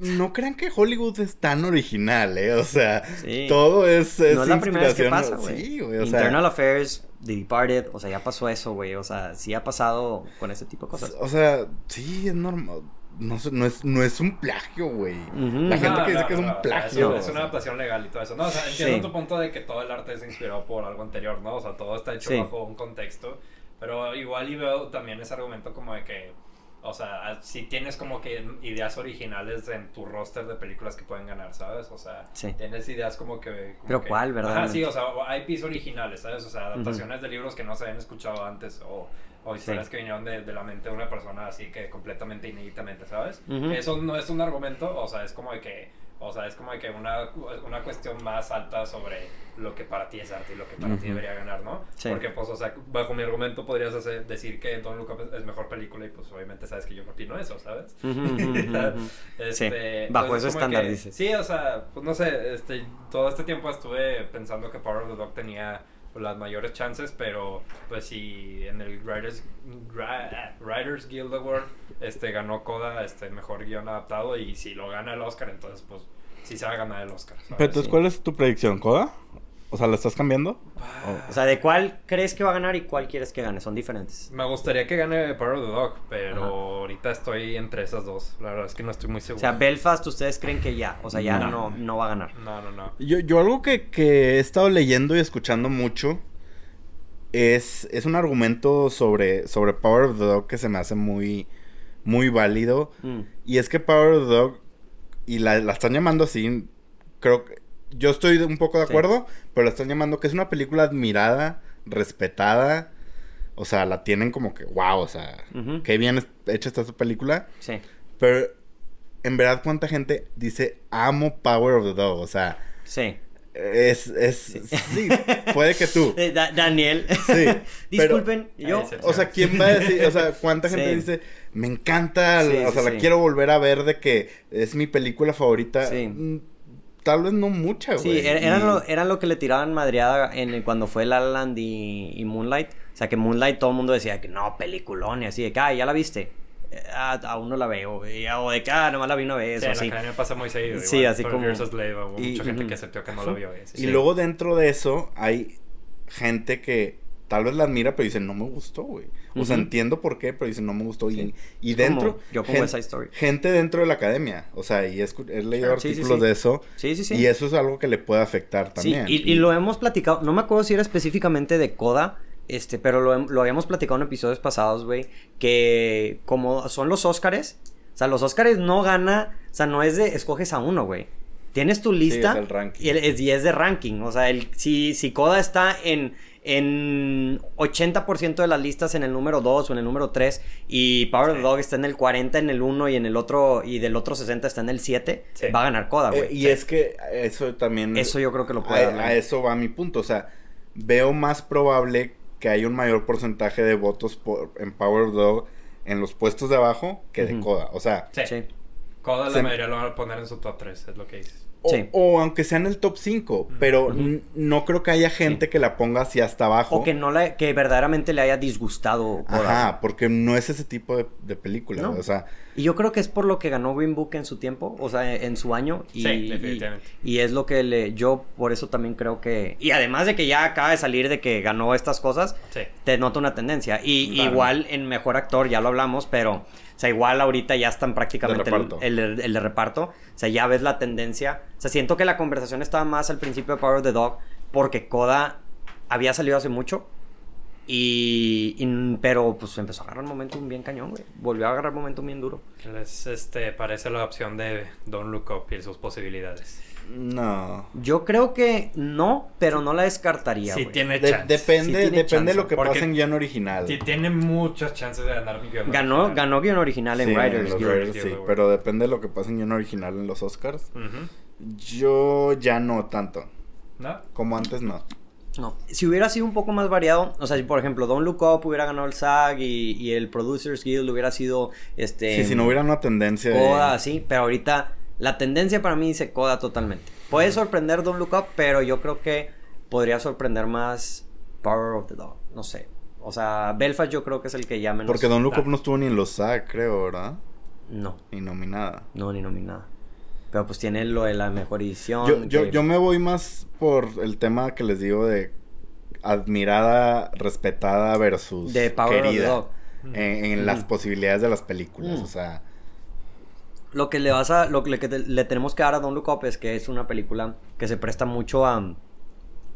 S2: no crean que Hollywood es tan original, ¿eh? O sea,
S1: Sí.
S2: todo es.
S1: no es la primera vez que pasa,
S2: inspiración-
S1: güey.
S2: Sí, güey, o sea.
S1: Internal Affairs, The Departed, o sea, ya pasó eso, güey. O sea, sí ha pasado con ese tipo de cosas.
S2: O sea, sí, es normal. No, sé, no, es, no es un plagio, güey.
S1: Ujú.
S2: La gente
S3: No,
S2: que dice
S3: no,
S2: que es
S3: no,
S2: un
S3: o sea,
S2: plagio.
S3: es, es una adaptación legal y todo eso. No, o sea, entiendo
S1: Sí.
S3: tu punto de que todo el arte es inspirado por algo anterior, ¿no? O sea, todo está hecho
S1: Sí.
S3: bajo un contexto. Pero igual y veo también ese argumento como de que, o sea, si tienes como que ideas originales en tu roster de películas que pueden ganar, ¿sabes? O sea,
S1: Sí.
S3: tienes ideas como que... como
S1: Pero
S3: que-
S1: ¿cuál, verdad?
S3: Ajá, sí, o sea, o IPs originales, ¿sabes? O sea, adaptaciones de libros que no se habían escuchado antes o, o historias
S1: Sí.
S3: que vinieron de, de la mente de una persona así que completamente inéditamente, ¿sabes?
S1: Ujú.
S3: pues, Eso no es un argumento, o sea, es como de que, o sea, es como de que una, una cuestión más alta sobre lo que para ti es arte y lo que para ti
S1: Ujú.
S3: debería ganar, ¿no?
S1: Sí.
S3: Porque, pues, o sea, bajo mi argumento podrías hacer- decir que Don Look Up es- es mejor película y, pues, obviamente sabes que yo no opino eso, ¿sabes?
S1: Ujú, ujú, ujú, ujú. Sí,
S3: Este,
S1: bajo ese
S3: entonces es como
S1: estándar,
S3: que-
S1: dices.
S3: Sí, o sea, pues no sé, este, todo este tiempo estuve pensando que Power of the Dog tenía pues, las mayores chances, pero pues si en el Writers, Ri- Writers Guild Award este, ganó Coda este, mejor guión adaptado y si lo gana el Oscar, entonces pues sí se va a ganar el Oscar. ¿sabes?
S2: Pero entonces,
S1: Sí.
S2: ¿cuál es tu predicción, Coda? O sea, ¿la estás cambiando?
S1: O sea, ¿de cuál crees que va a ganar y cuál quieres que gane? Son diferentes.
S3: Me gustaría que gane Power of the Dog, pero
S1: Ajá.
S3: ahorita estoy entre esas dos. La verdad es que no estoy muy
S1: O
S3: seguro.
S1: sea, Belfast, ¿ustedes creen que ya? O sea, ya no,
S2: No.
S1: no va a ganar.
S3: no, no, no.
S2: Yo, yo algo que, que he estado leyendo y escuchando mucho es, es un argumento sobre, sobre Power of the Dog que se me hace muy, muy válido.
S1: Mm,
S2: Y es que Power of the Dog, y la, la están llamando así, creo que... Yo estoy un poco de
S1: Sí.
S2: acuerdo, pero la están llamando que es una película admirada, respetada. O sea, la tienen como que, wow, o sea,
S1: ujú,
S2: qué bien es- hecha está su película.
S1: Sí.
S2: Pero, en verdad, ¿cuánta gente dice amo Power of the Dog? O sea,
S1: Sí.
S2: es, es, sí, puede que tú.
S1: Eh, Da- Daniel.
S2: Sí,
S1: Disculpen,
S3: pero-
S1: yo.
S3: Ahí se-
S2: O sea, ¿quién va a decir? O sea, ¿cuánta gente
S1: Sí.
S2: dice, me encanta,
S1: Sí,
S2: o
S1: sí,
S2: sea, la
S1: sí.
S2: quiero volver a ver de que es mi película favorita?
S1: Sí.
S2: Mm, Tal vez no mucha,
S1: Sí,
S2: güey.
S1: era, eran
S2: Y-
S1: lo, eran lo que le tiraban madreada en el- cuando fue La La Land y, y Moonlight. O sea, que Moonlight todo el mundo decía que no, peliculón y así de que, ah, ya la viste. Eh, Ah, aún no la veo. güey. O de que, ah, nomás la vi una vez.
S3: Sí,
S1: o
S3: en la
S1: así.
S3: academia pasa muy seguido.
S1: Sí,
S3: igual.
S1: así
S3: Twelve
S1: como-
S3: Years a Slave, hubo
S2: Y-
S3: mucha gente
S1: ujú.
S3: que aceptó que no lo vio. ese,
S2: Y
S3: sí.
S2: luego dentro de eso hay gente que tal vez la admira, pero dice, no me gustó, güey. O sea,
S1: Ujú.
S2: entiendo por qué, pero dice, no me gustó.
S1: Sí.
S2: Y, y
S1: Es como
S2: dentro...
S1: yo con
S2: gen-
S1: West Side Story.
S2: Gente dentro de la academia. O sea, y he, escu- he leído
S1: Claro, sí, sí,
S2: artículos
S1: sí.
S2: de eso.
S1: Sí, sí, sí.
S2: Y eso es algo que le puede afectar
S1: Sí,
S2: también. Eh,
S1: y, y lo hemos platicado, no me acuerdo si era específicamente de Coda, este, pero lo, hem- lo habíamos platicado en episodios pasados, güey, que como son los Óscares, o sea, los Óscares no gana, o sea, no es de escoges a uno, güey. Tienes tu lista
S2: es el ranking.
S1: y, el- es, y es de ranking, o sea, el, si, si Coda está en, en 80% de las listas en el número 2 o en el número 3 y Power of the Dog está en el 40 en el 1 y en el otro y del otro 60 está en el 7,
S3: Sí.
S1: va a ganar Coda,
S2: Eh,
S1: güey.
S2: y es Ah, eh, que eso también...
S1: Eso yo creo que lo
S2: a,
S1: puede dar,
S2: a
S1: güey.
S2: eso va mi punto. O sea, veo más probable que haya un mayor porcentaje de votos por, en Power Dog en los puestos de abajo que de
S1: Ujú.
S2: Coda. O sea,
S3: Sí.
S1: Sí.
S3: Coda la
S2: Se-
S3: mayoría lo van a poner en su top 3, es lo que dices.
S2: o,
S1: Sí.
S2: o aunque sea en el top 5,
S3: Ujú.
S2: pero
S1: Ujú.
S2: n- no creo que haya gente que la ponga así hasta abajo.
S1: O que no la, que verdaderamente le haya disgustado. por algo.
S2: Ajá, porque no es ese tipo de, de película.
S1: No.
S2: O sea,
S1: Y yo creo que es por lo que ganó Green Book en su tiempo, o sea, en su año. Y,
S3: Sí,
S1: y-
S3: definitivamente.
S1: Y, es lo que le, yo por eso también creo que. Y además de que ya acaba de salir de que ganó estas cosas,
S3: Sí.
S1: te nota una tendencia. Y
S2: Claro.
S1: igual en mejor actor, ya lo hablamos, pero. O sea, igual ahorita ya están prácticamente
S2: De
S1: el,
S2: reparto.
S1: el- el de reparto. O sea, ya ves la tendencia. O sea, siento que la conversación estaba más al principio de Power of the Dog porque Coda había salido hace mucho. Y, y- pero pues empezó a agarrar momentum bien cañón, güey. Volvió a agarrar momentum bien duro.
S3: ¿Qué les este, parece la opción de Don't Look Up y sus posibilidades?
S2: No.
S1: Yo creo que no, pero no la descartaría.
S3: Sí,
S1: güey.
S3: tiene
S2: De-
S3: chance.
S1: Sí
S2: depende
S1: tiene
S2: depende
S1: chance,
S2: de lo que
S3: porque-
S2: pasa en guión original.
S3: Sí, tiene muchas chances de ganar mi guion
S1: Ganó,
S3: original.
S1: ganó guión original en
S2: Sí,
S1: Writers
S2: los
S1: Guild.
S2: Writers,
S3: Guild,
S2: sí,
S3: güey.
S2: pero depende de lo que pasa en guión original en los Oscars.
S3: Ujú.
S2: Yo ya no tanto.
S3: ¿No?
S2: Como antes no.
S1: No. Si hubiera sido un poco más variado, o sea, si por ejemplo Don Look Up hubiera ganado el SAG y, y el Producers Guild hubiera sido este.
S2: Sí, si no hubiera una tendencia de-
S1: Coda, sí, pero ahorita la tendencia para mí dice Coda totalmente. Puede sorprender Don't Look Up, pero yo creo que podría sorprender más Power of the Dog, no sé. O sea, Belfast yo creo que es el que ya menos...
S2: Porque Don Look
S1: Ah,
S2: Up no estuvo ni en los SAG, creo, ¿verdad?
S1: No,
S2: Ni nominada.
S1: no, ni nominada. Pero pues tiene lo de la mejor edición.
S2: Yo, yo,
S1: que-
S2: yo me voy más por el tema que les digo de admirada, respetada versus
S1: De Power of the
S2: querida.
S1: Dog.
S2: En, en las
S1: Mm.
S2: posibilidades de las películas,
S1: Mm.
S2: o sea,
S1: Lo que le vas a... Lo que te- le tenemos que dar a Don't Look Up es que es una película que se presta mucho a...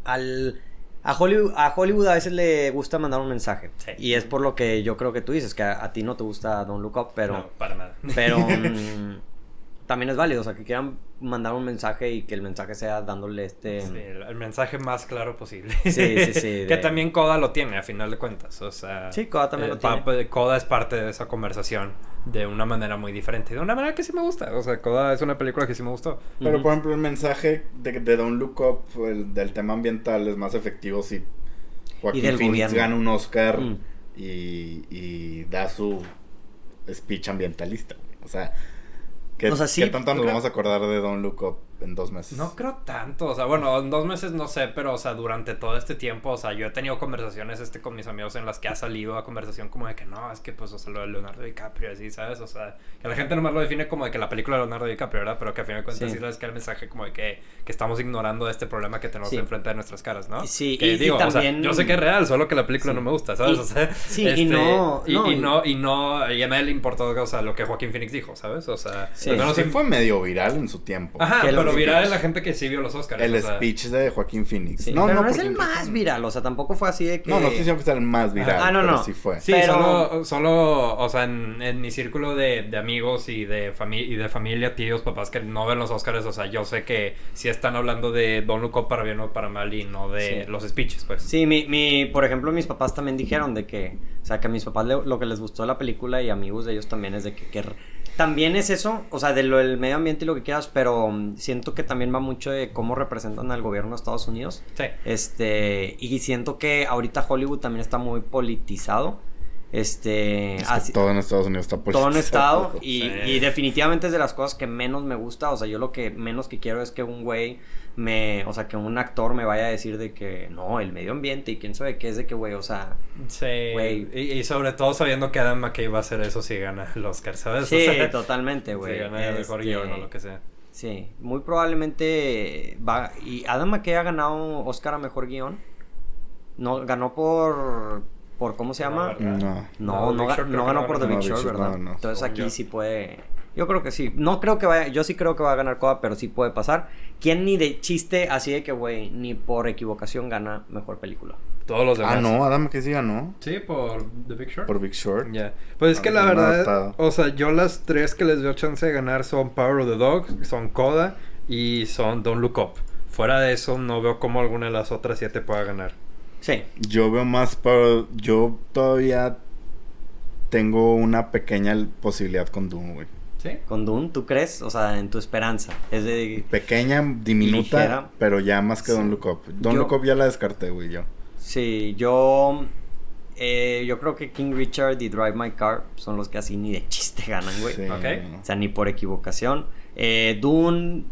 S1: al a Hollywood, a Hollywood a veces le gusta mandar un mensaje.
S3: Sí.
S1: Y es por lo que yo creo que tú dices, que a, a ti no te gusta Don't Look Up, pero,
S3: No, para nada.
S1: pero mm, también es válido. O sea, que quieran mandar un mensaje y que el mensaje sea dándole este...
S3: Sí, el, el mensaje más claro posible.
S1: Sí, sí, sí,
S3: que
S1: de-
S3: también Coda lo tiene, a final de cuentas. O sea,
S1: Sí, Coda también lo
S3: Eh, pa- pues,
S1: tiene.
S3: pa- Coda es parte de esa conversación de una manera muy diferente. De una manera que sí me gusta. O sea, Coda es una película que sí me gustó.
S2: pero
S1: Ujú.
S2: por ejemplo el mensaje de, de Don't Look Up, el- del tema ambiental, es más efectivo si Joaquín
S1: del
S2: Phoenix
S1: gobierno.
S2: gana un Oscar
S1: Mm.
S2: y, y da su speech ambientalista, güey. o sea, ¿qué,
S1: O sea, sí,
S2: qué tanto nos
S3: creo-
S2: vamos a acordar de Don't Look Up en dos meses?
S3: No creo tanto, o sea, bueno, en dos meses no sé, pero, o sea, durante todo este tiempo, o sea, yo he tenido conversaciones este con mis amigos en las que ha salido a conversación como de que no, es que pues, o sea, lo de Leonardo DiCaprio, así, ¿sabes? O sea, que la gente nomás lo define como de que la película de Leonardo DiCaprio, ¿verdad? Pero que al final de cuentas
S1: Sí.
S3: sí, sabes que el mensaje como de que, que estamos ignorando de este problema que tenemos
S1: Sí.
S3: enfrente de nuestras caras, ¿no?
S1: Sí,
S3: que
S1: y- y
S3: o sea,
S1: también-
S3: yo sé que es real, solo que la película
S1: Sí.
S3: no me gusta, ¿sabes?
S1: Y-
S3: o sea,
S1: sí, y no-
S3: Este, y,
S1: no,
S3: y
S1: y-
S3: no, y no, y a nadie le importó, o sea, lo que Joaquín Phoenix dijo, ¿sabes? O sea,
S1: Sí.
S3: al menos
S2: sí
S3: en-
S2: fue medio viral en su tiempo.
S3: Ajá,
S1: Que los
S3: pero viral es
S1: speech.
S3: la gente que sí vio los Oscars.
S2: El
S3: o sea,
S2: speech de Joaquín Phoenix.
S1: Sí, pero no, es
S2: porque-
S1: el más viral, o sea, tampoco fue así de que...
S2: No, no estoy diciendo que sea el más viral.
S1: Ah, no,
S2: pero
S1: no.
S2: Sí fue.
S3: Sí,
S1: pero-
S3: solo, solo, o sea, en, en mi círculo de, de amigos y de, fami- y de familia, tíos, papás que no ven los Oscars, o sea, yo sé que sí están hablando de Don Luco para bien o para mal y no de
S1: Sí.
S3: los speeches, pues.
S1: Sí, mi, mi, por ejemplo, mis papás también dijeron de que, o sea, que a mis papás le- lo que les gustó de la película y amigos de ellos también es de que, que r- también es eso, o sea, de lo del medio ambiente y lo que quieras, pero mm, siento que también va mucho de cómo representan al gobierno de Estados Unidos.
S3: Sí.
S1: Este, y siento que ahorita Hollywood también está muy politizado. Este,
S2: Es que
S1: así-
S2: todo en Estados Unidos está
S1: todo en
S2: politizado.
S1: estado y,
S3: Sí.
S1: y definitivamente es de las cosas que menos me gusta, o sea, yo lo que menos que quiero es que un güey me, o sea, que un actor me vaya a decir de que no, el medio ambiente y quién sabe qué es de que güey, o sea,
S3: Sí.
S1: Güey.
S3: Y, y sobre todo sabiendo que Adam McKay va a hacer eso si gana el Oscar, ¿sabes?
S1: sí,
S3: O sea,
S1: totalmente, güey.
S3: Si gana el mejor
S1: Este,
S3: guión o lo que sea.
S1: Sí, muy probablemente va y Adam McKay ha ganado Oscar a mejor guión. No ganó por por ¿cómo se
S3: No,
S1: llama?
S3: ¿verdad?
S2: No.
S1: No,
S3: No,
S1: no,
S3: Big
S1: ga-
S3: Short creo
S1: no
S3: que
S1: ganó
S3: no
S1: por The
S3: ganó.
S1: Big
S2: No, Big
S1: Short,
S2: Short
S1: ¿verdad?
S2: no, no.
S1: Entonces
S3: Según
S1: aquí
S3: yo.
S1: sí puede. Yo creo que sí. No creo que vaya. Yo sí creo que va a ganar Coda, pero sí puede pasar. ¿Quién ni de chiste así de que, güey, ni por equivocación gana mejor película?
S3: Todos los demás.
S2: Ah, no, Adam que sí ganó.
S3: Sí, por The Big Short.
S2: Por Big Short.
S3: Ya. Pues es que la
S2: Ah, no,
S3: verdad,
S2: está-
S3: o sea, yo las tres que les dio chance de ganar son Power of the Dog, son Coda y son Don't Look Up. Fuera de eso, no veo cómo alguna de las otras siete pueda ganar.
S1: Sí.
S2: Yo veo más para. Yo todavía tengo una pequeña posibilidad con Doom, güey.
S3: ¿Sí?
S1: Con Dune, ¿tú crees? O sea, en tu esperanza. Es de.
S2: Pequeña, diminuta,
S1: Ligera.
S2: pero ya más que
S1: Sí.
S2: Don Look Up. Don
S1: Yo-
S2: Look Up ya la descarté, güey, yo.
S1: Sí, yo. eh, yo creo que King Richard y Drive My Car son los que así ni de chiste ganan, güey.
S2: Sí,
S3: ok.
S2: no.
S1: O sea, ni por equivocación. Eh, Dune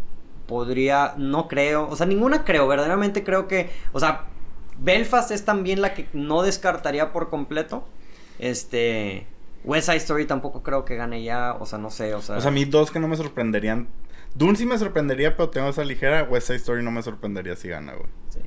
S1: podría, no creo, o sea, ninguna creo, verdaderamente creo que, o sea, Belfast es también la que no descartaría por completo. Este, West Side Story tampoco creo que gane ya, o sea, no sé, o sea,
S2: O sea, a mí dos que no me sorprenderían. Dune sí me sorprendería, pero tengo esa ligera. West Side Story no me sorprendería si gana, güey.
S1: sí.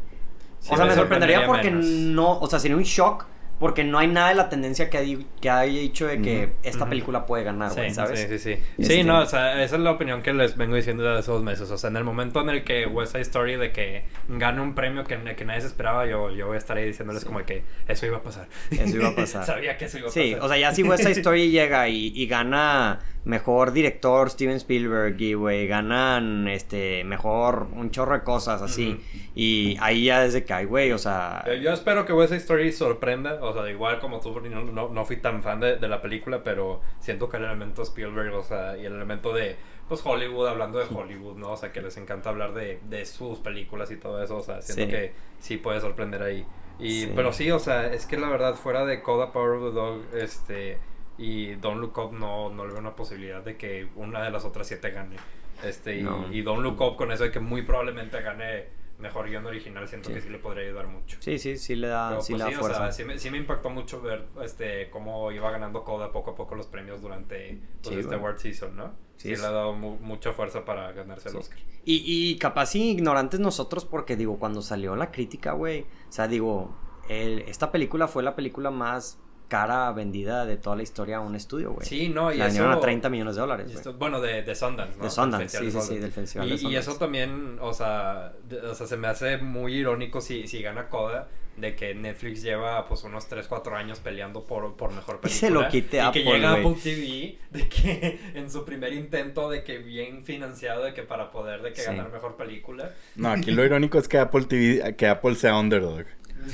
S3: Sí,
S1: O sea, me sorprendería, porque
S3: menos.
S1: no, o sea, sería un shock, Porque no hay nada de la tendencia que, ha di- que haya dicho de que
S2: Ujú.
S1: esta
S3: Ujú.
S1: película puede ganar, güey, ¿sabes?
S3: Sí, sí, sí.
S1: Este-
S3: Sí, no, o sea, esa es la opinión que les vengo diciendo desde hace dos meses. O sea, en el momento en el que West Side Story de que gane un premio que, que nadie se esperaba, yo, yo voy a estar ahí diciéndoles
S1: Sí.
S3: como que eso iba a pasar.
S1: Eso iba a pasar.
S3: Sabía que eso iba a
S1: Sí,
S3: pasar.
S1: o sea, ya si West Side Story llega y, y gana mejor director Steven Spielberg y, güey, ganan, este, mejor un chorro de cosas así.
S3: Ujú.
S1: Y ahí ya desde que hay, güey, o sea...
S3: Yo- Yo espero que West Side Story sorprenda, o sea, igual como tú, no, no, no fui tan fan de, de la película, pero siento que el elemento Spielberg, o sea, y el elemento de, pues, Hollywood, hablando de Hollywood, ¿no? O sea, que les encanta hablar de, de sus películas y todo eso, o sea, siento
S1: Sí.
S3: que sí puede sorprender ahí. Y,
S1: Sí.
S3: Pero sí, o sea, es que la verdad, fuera de Coda Power of the Dog, este, y Don't Look Up, no, no le veo una posibilidad de que una de las otras siete gane. Este, y,
S1: No.
S3: y Don't Look Up con eso de que muy probablemente gane mejor guión original, siento
S1: Sí.
S3: que sí le podría ayudar mucho.
S1: Sí, sí, sí le da,
S3: Pero,
S1: sí
S3: pues,
S1: le da
S3: sí, o
S1: fuerza.
S3: sea, sí me, sí me impactó mucho ver este, cómo iba ganando Coda poco a poco los premios durante pues,
S1: Sí,
S3: este
S1: güey.
S3: award season, ¿no?
S1: Sí,
S3: Sí,
S1: es-
S3: le ha dado mu- mucha fuerza para ganarse
S1: Sí.
S3: el Oscar.
S1: Y, y capaz sí, ignorantes nosotros, porque digo, cuando salió la crítica, güey, o sea, digo, el- esta película fue la película más cara vendida de toda la historia a un estudio, güey.
S3: Sí, no, y
S1: La
S3: eso...
S1: vendieron a 30 millones de dólares,
S3: y
S1: güey.
S3: esto- bueno, de, de Sundance, ¿no?
S1: De Sundance,
S3: Del
S1: sí, sí,
S3: Festival
S1: sí,
S3: de
S1: del festival
S3: Sundance.
S1: de
S3: Y, y
S1: Sundance.
S3: eso también, o sea, de- o sea, se me hace muy irónico si, si gana Coda de que Netflix lleva pues unos 3, 4 años peleando por, por mejor
S1: Y
S3: película.
S1: se lo quite
S3: y
S1: Apple,
S3: que llega
S1: güey.
S3: Apple TV de que en su primer intento de que bien financiado de que para poder de que
S1: Sí.
S3: ganar mejor película.
S2: No, aquí lo irónico es que Apple TV, que Apple sea underdog.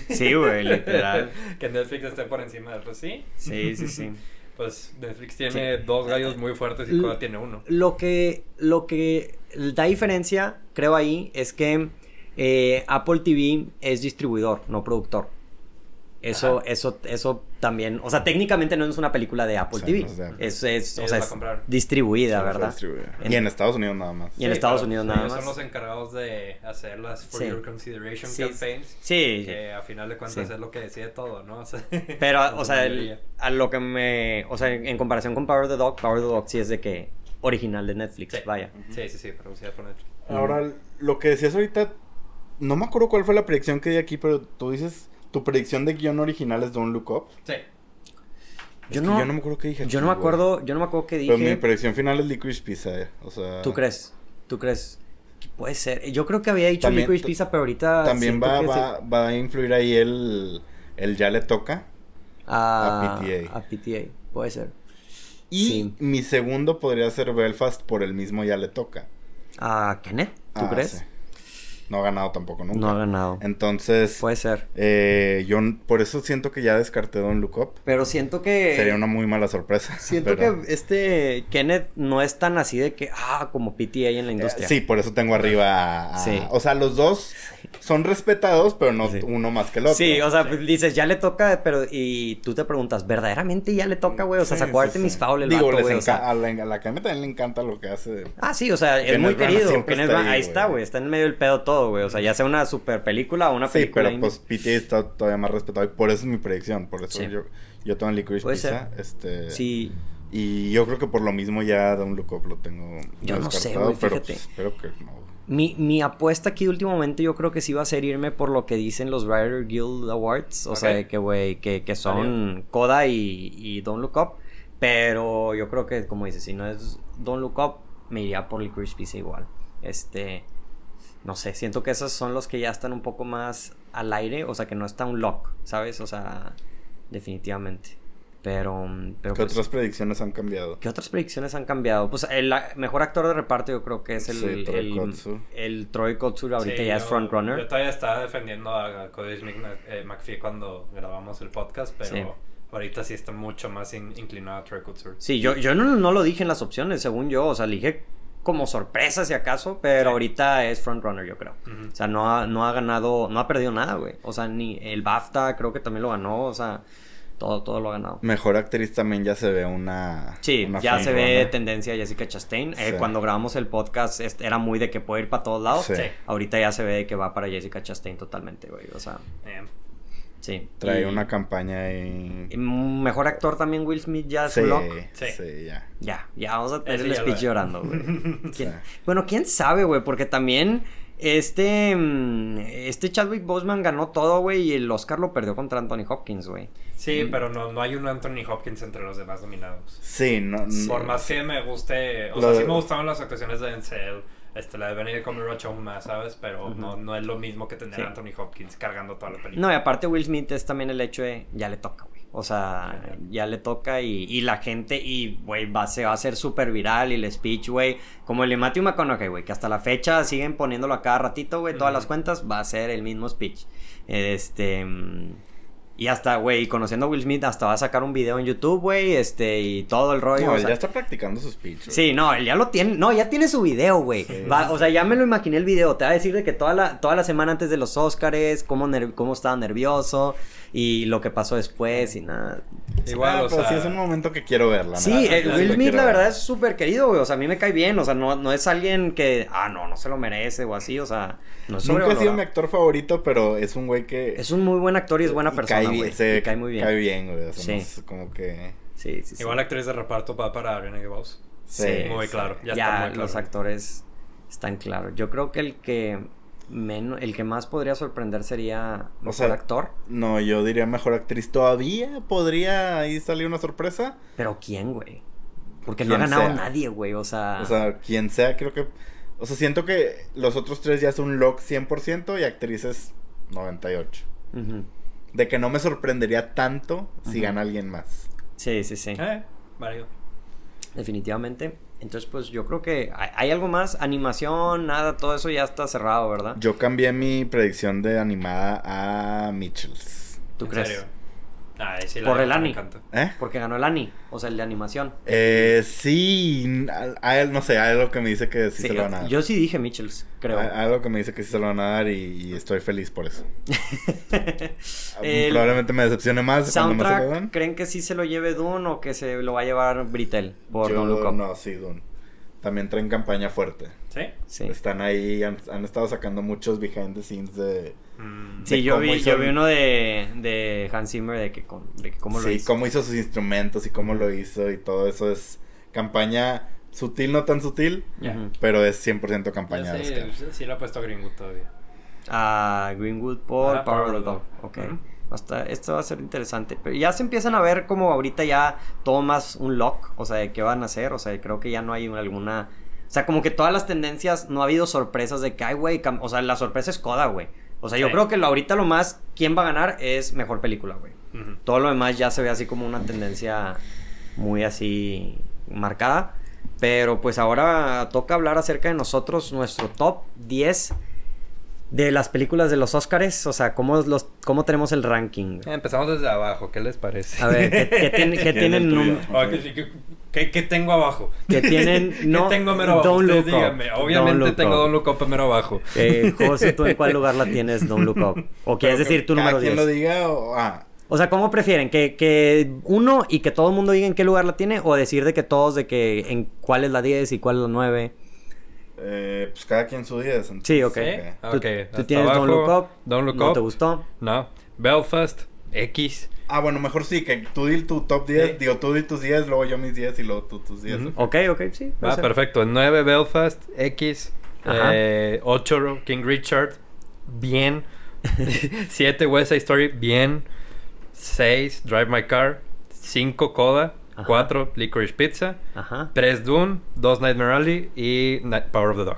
S1: Sí, güey, literal.
S3: que Netflix esté por encima de pues sí.
S1: Sí, sí, sí.
S3: Pues Netflix tiene dos gallos muy fuertes y
S1: L-
S3: Coda tiene uno.
S1: Lo que, lo que da diferencia, creo ahí, es que eh, Apple TV es distribuidor, no productor. Eso,
S3: Ajá.
S1: eso, eso también, o sea, técnicamente no es una película de Apple
S2: Sí,
S1: TV.
S2: no es de Apple.
S1: Es, es, o
S3: Ellos
S1: sea,
S3: la
S1: es
S3: compraron.
S1: distribuida,
S2: Sí,
S1: ¿verdad?
S2: distribuida.
S1: En-
S2: Y en Estados Unidos nada más.
S1: Y en Estados Unidos nada
S3: pues,
S1: más.
S3: ellos son los encargados de hacer las For
S1: Sí.
S3: Your Consideration
S1: Sí,
S3: campaigns.
S1: Sí,
S3: Que a final de cuentas
S1: Sí.
S3: es lo que decide todo, ¿no? O sea,
S1: pero,
S3: en su
S1: o sea, el-
S3: mayoría.
S1: a lo que me, o sea, en, en comparación con Power the Dog, Power the Dog sí es de que original de Netflix,
S3: Sí.
S1: vaya.
S3: Sí, sí, sí, producida por Netflix.
S2: Ahora, lo que decías ahorita, no me acuerdo cuál fue la predicción que di aquí, pero tú dices, tu predicción de guión original es Don't Look Up.
S3: Sí.
S1: Yo
S2: Es que
S1: no,
S2: yo no me acuerdo qué dije. aquí,
S1: me
S2: güey.
S1: acuerdo, yo no me acuerdo qué dije.
S2: Pero mi predicción final es Licorice Pizza, eh, o sea...
S1: ¿Tú crees? ¿Tú crees? que Puede ser. Yo creo que había dicho
S2: También-
S1: Licorice Pizza, pero ahorita.
S2: También
S1: siento
S2: va,
S1: que se-
S2: va, va a influir ahí el, el ya le toca.
S1: a,
S2: a PTA.
S1: Ah, A PTA, puede ser.
S2: Y
S1: Sí.
S2: mi segundo podría ser Belfast por el mismo ya le toca.
S1: ¿A Kenneth? ¿Tú
S2: Ah,
S1: crees?
S2: sí. No ha ganado tampoco nunca.
S1: No ha ganado.
S2: Entonces,
S1: Puede ser.
S2: eh, yo n- por eso siento que ya descarté Don Look Up.
S1: Pero siento que.
S2: Sería una muy mala sorpresa.
S1: Eh. Siento
S2: pero- eh,
S1: que este Kenneth no es tan así de que, ah, como PTA en la industria.
S2: Eh, Sí, por eso tengo arriba a- a-
S1: Sí.
S2: O sea, los dos son respetados, pero no
S1: Sí.
S2: uno más que el otro.
S1: Sí, o sea, pues, dices, ya le toca, pero. Y tú te preguntas, ¿verdaderamente ya le toca, güey? O sea,
S2: Sí,
S1: sacó
S2: sí,
S1: arte
S2: sí.
S1: mis foul el
S2: Digo,
S1: vato,
S2: les
S1: güey, o sea.
S2: enca- a, la, a la Kenneth también le encanta lo que hace.
S1: Ah, sí, o sea, es
S2: Kenneth
S1: muy
S2: Branagh
S1: querido.
S2: siempre
S1: Kenneth
S2: está
S1: Branagh,
S2: ahí,
S1: ahí
S2: güey.
S1: está, güey. Está en medio del pedo todo, güey. O sea, ya sea una super película o una
S2: Sí,
S1: película.
S2: pero
S1: indie.
S2: pues PT está todavía más respetado y por eso es mi predicción. Por eso
S1: Sí.
S2: yo, yo tengo en Licorice
S1: Puede
S2: Pizza. Este,
S1: Sí.
S2: Y yo creo que por lo mismo ya Don Look Up lo tengo.
S1: Yo no sé,
S2: descartado,
S1: güey,
S2: pero,
S1: fíjate.
S2: pues, espero que no.
S1: Mi, mi apuesta aquí últimamente yo creo que sí va a ser irme por lo que dicen los Writer Guild Awards. O
S3: Ok.
S1: sea, de que, güey, que, que son Coda y, y Don't Look Up. Pero yo creo que, como dices, si no es Don't Look Up, me iría por Licorice Pizza igual. Este... No sé, siento que esos son los que ya están un poco más al aire. O sea, que no está un lock, ¿sabes? O sea, definitivamente. Pero... pero
S2: ¿Qué
S1: pues-
S2: otras predicciones han cambiado?
S1: ¿Qué otras predicciones han cambiado? Pues el a- mejor actor de reparto yo creo que es el,
S2: Sí, Troy
S1: el,
S2: Kotsur.
S1: el Troy Kotsur, ahorita
S3: Sí,
S1: ya es
S3: yo- Yo
S1: frontrunner.
S3: todavía estaba defendiendo a Cody Smith eh, McPhee cuando grabamos el podcast, pero
S1: Sí.
S3: ahorita sí está mucho más in- inclinado a Troy Couture.
S1: Sí, yo, yo no, no lo dije en las opciones, según yo, o sea, le dije como sorpresa si acaso, pero
S3: Sí.
S1: ahorita es frontrunner yo creo.
S3: Ujú.
S1: O sea, no ha, no ha ganado, no ha perdido nada, güey. O sea, ni el BAFTA creo que también lo ganó, o sea, todo, todo lo ha ganado.
S2: Mejor actriz también ya se ve una.
S1: Sí,
S2: una
S1: ya se ve
S2: frontrunner.
S1: tendencia a Jessica Chastain. Eh,
S2: Sí.
S1: cuando grabamos el podcast este, era muy de que puede ir para todos lados.
S2: Sí.
S3: Sí.
S1: Ahorita ya se ve que va para Jessica Chastain totalmente, güey. O sea,
S3: Damn.
S1: Sí.
S2: Trae
S1: Y-
S2: una campaña ahí.
S1: y Mejor actor también Will Smith ya es
S2: Sí,
S1: un lock.
S2: sí,
S3: Sí.
S2: ya.
S1: Ya, ya vamos a tener
S3: Ese
S1: el
S3: ya lo
S1: speech
S3: es.
S1: llorando, güey. ¿Quién-
S2: Sí.
S1: Bueno, quién sabe, güey, porque también Este, mm, este Chadwick Boseman ganó todo, güey, y el Oscar lo perdió contra Anthony Hopkins, güey. Mm.
S3: Sí, pero no, no hay un Anthony Hopkins entre los demás nominados.
S2: Sí, no. no-
S3: Por más que me guste, o
S2: Lo
S3: sea,
S2: de-
S3: sí me gustaban las actuaciones de Denzel, este, la de Benedict Cumberbatch aún más, ¿sabes? Pero no, no es lo mismo que tener
S1: Sí.
S3: a Anthony Hopkins cargando toda la película.
S1: No, y aparte Will Smith es también el hecho de ya le toca, güey. O sea, ya le toca y, y la gente, y güey, va, se va a hacer súper viral y el speech, güey. Como el de Matthew McConaughey, güey, que hasta la fecha siguen poniéndolo a cada ratito, güey, todas
S3: Ujú.
S1: las cuentas, va a ser el mismo speech. Este. mm, Y hasta, güey, conociendo a Will Smith, hasta va a sacar un video en YouTube, güey, este, y todo el rollo.
S2: No,
S1: o
S2: él
S1: sea,
S2: ya está practicando sus speech. güey.
S1: Sí, no, él ya lo tiene, no, ya tiene su video, güey.
S2: Sí.
S1: Va, o sea, ya me lo imaginé el video, te va a decir de que toda la, toda la semana antes de los Óscares, cómo, ner- cómo estaba nervioso y lo que pasó después y nada.
S3: Igual,
S2: Ah,
S3: o
S2: pero
S3: sea,
S2: sí es un momento que quiero verla.
S1: Sí, eh, Will Smith la verdad
S2: es
S1: es súper querido, güey, o sea, a mí me cae bien, o sea, no, no es alguien que, ah, no, no se lo merece o así, o sea, no es
S2: Nunca he sido
S1: sobrevalorado.
S2: mi actor favorito, pero es un güey que.
S1: Es un muy buen actor y es buena
S2: y
S1: persona,
S2: bien,
S1: güey.
S2: se-
S1: y Cae muy bien.
S2: Cae bien, güey. O sea,
S1: Sí.
S2: no es como que.
S1: Sí, sí, sí.
S3: igual la actriz de reparto va para Ariana Bose.
S1: Sí,
S3: muy
S2: sí.
S3: claro, ya,
S1: ya,
S3: está muy claro.
S1: los actores están claros. Yo creo que el que menos, el que más podría sorprender sería mejor
S2: sea-
S1: actor.
S2: No, yo diría mejor actriz. Todavía podría ahí salir una sorpresa.
S1: Pero quién, güey. Porque no ha
S2: Quien
S1: ganado
S2: sea.
S1: nadie, güey. O sea,
S2: O sea, quien sea, creo que. O sea, siento que los otros tres ya son lock 100% y actrices 98.
S1: ujú.
S2: De que no me sorprendería tanto si
S1: Ujú.
S2: gana alguien más.
S1: sí, sí, sí.
S3: Eh, válido.
S1: Definitivamente. Entonces, pues yo creo que hay, hay algo más. Animación, nada, todo eso ya está cerrado, ¿verdad?
S2: Yo cambié mi predicción de animada a Mitchells.
S1: ¿Tú
S3: ¿En
S1: crees?
S3: serio? Ay, sí, la
S1: Por
S3: de-
S1: el
S3: me
S1: Ani.
S3: encanta.
S2: ¿Eh?
S1: Porque ganó el Ani, o sea, el de animación.
S2: Eh, sí, a- a él, no sé, hay algo que me dice que sí,
S1: Sí,
S2: se lo Ah, van a dar.
S1: yo sí dije Mitchells, creo.
S2: Hay- hay algo que me dice que sí se lo van a dar y, y estoy feliz por eso.
S1: El-
S2: Probablemente me decepcione más cuando me se lo
S1: soundtrack,
S2: dan.
S1: ¿creen que sí se lo lleve Dune o que se lo va a llevar Britel por
S2: Yo-
S1: Don't Look Up?
S2: No, sí, Dune. También traen campaña fuerte.
S3: ¿Sí?
S1: Sí,
S2: Están ahí, han, han estado sacando muchos behind the scenes de...
S3: Mm,
S1: Sí,
S2: de
S1: yo,
S2: cómo
S1: vi,
S2: hizo
S1: yo vi
S2: el-
S1: uno de, de Hans Zimmer de que, con- de que cómo lo
S2: sí,
S1: hizo.
S2: cómo hizo sus instrumentos y cómo lo hizo y todo eso es campaña sutil, no tan sutil,
S1: Ujú.
S3: Ya.
S2: pero es 100% campaña
S3: Yo
S2: de
S3: sí,
S2: Oscar.
S3: sí, sí le ha puesto Greenwood todavía.
S1: A Greenwood por
S3: Ah,
S1: Power of the
S3: Power
S1: Dog.
S3: of the
S1: Ok.
S3: Dog. Ujú.
S1: Hasta, esto va a ser interesante. Pero ya se empiezan a ver como ahorita ya todo más un lock. O sea, de qué van a hacer. O sea, creo que ya no hay alguna. O sea, como que todas las tendencias no ha habido sorpresas de que, ay, güey. cam- O sea, la sorpresa es Coda, güey. O sea, yo
S3: Sí.
S1: creo que lo, ahorita lo más, quién va a ganar es mejor película, güey.
S3: Ujú.
S1: Todo lo demás ya se ve así como una tendencia muy así marcada. Pero pues ahora toca hablar acerca de nosotros, nuestro top 10 de las películas de los Óscares. O sea, cómo, los, cómo tenemos el ranking.
S3: Eh, Empezamos desde abajo, ¿qué les parece?
S1: A ver, ¿qué, qué tienen- qué
S2: ¿Quién es
S1: tienen?
S2: el tuyo?
S1: num-
S3: Ah, ¿qué- qué- qué- qué tengo abajo?
S1: que tienen no
S3: ¿Qué tengo mero abajo?
S1: Don't
S3: Ustedes
S1: Look Up,
S3: díganme.
S1: Don't
S3: Obviamente
S1: Look
S3: tengo
S1: Up.
S3: Don Look Up mero abajo.
S1: Eh, José, ¿tú en cuál lugar la tienes Don't Look Up? O quieres
S2: Pero que
S1: decir tu número
S2: cada quien lo
S1: 10.
S2: diga o... Ah,
S1: O sea, ¿cómo prefieren? ¿Que, que uno y que todo el mundo diga en qué lugar la tiene? ¿O decir de que todos de que en cuál es la 10 y cuál es la 9?
S2: eh, pues cada quien su 10. entonces,
S1: Sí, ok.
S3: Ah, Ok,
S1: ¿Tú, tú
S3: hasta
S1: tienes
S3: abajo,
S1: Don't Look Up?
S3: Don't Look
S1: ¿No
S3: Up.
S1: te gustó?
S3: No. Belfast, X.
S2: Ah, bueno, mejor sí, que tú di tu top 10,
S3: Sí.
S2: digo, tú di tus 10, luego yo mis 10 y luego tú tus 10.
S3: Ujú.
S1: Ok, ok, sí. puede
S3: Ah,
S1: ser.
S3: perfecto. 9 Belfast, X.
S1: Ajá.
S3: Eh, 8 King Richard, bien. 7 West Side Story, bien. 6 Drive My Car. 5 Coda.
S1: Ajá.
S3: 4 Licorice Pizza.
S1: Ajá.
S3: 3 Dune. 2 Nightmare Alley. Y Night- Power of the Dog.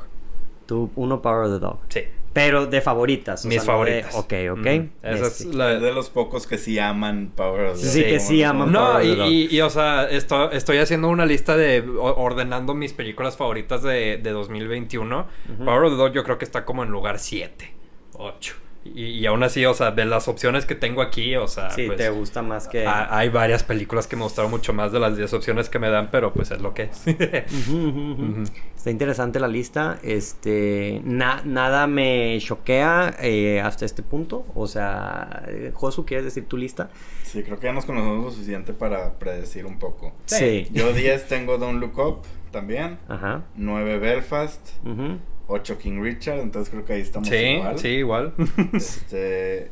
S1: Tú, uno Power of the Dog.
S3: Sí.
S1: Pero de favoritas. o
S3: Mis
S1: sea, no de-
S3: favoritas.
S1: ok, ok.
S3: Ujú. Esa es
S1: Este.
S3: la-
S2: Es de los pocos que sí aman Power of the
S1: Sí,
S2: Dog,
S1: que
S2: como
S1: sí
S2: nosotros.
S1: aman
S3: No,
S1: Power
S3: y,
S1: of the Dog.
S3: y- y, o sea, esto- estoy haciendo una lista de o- ordenando mis películas favoritas de, de 2021.
S1: Ujú.
S3: Power of the Dog yo creo que está como en lugar 7, 8. Y, y aún así, o sea, de las opciones que tengo aquí, o sea,
S1: Sí,
S3: pues, Ah,
S1: te gusta más que...
S3: ha- hay varias películas que me gustaron mucho más de las 10 opciones que me dan, pero pues es lo que es.
S1: Ujú, ujú, ujú.
S3: Ujú.
S1: Está interesante la lista. Este, na- nada me choquea eh, hasta este punto. O sea, eh, Josu, ¿quieres decir tu lista?
S2: Sí, creo que ya nos conocemos lo suficiente para predecir un poco.
S1: Sí.
S2: Yo 10 tengo Don't Look Up también,
S1: Ajá.
S2: 9 Belfast,
S1: Ujú.
S2: 8 King Richard, entonces creo que ahí estamos
S3: sí,
S2: igual.
S3: sí, igual.
S2: Este,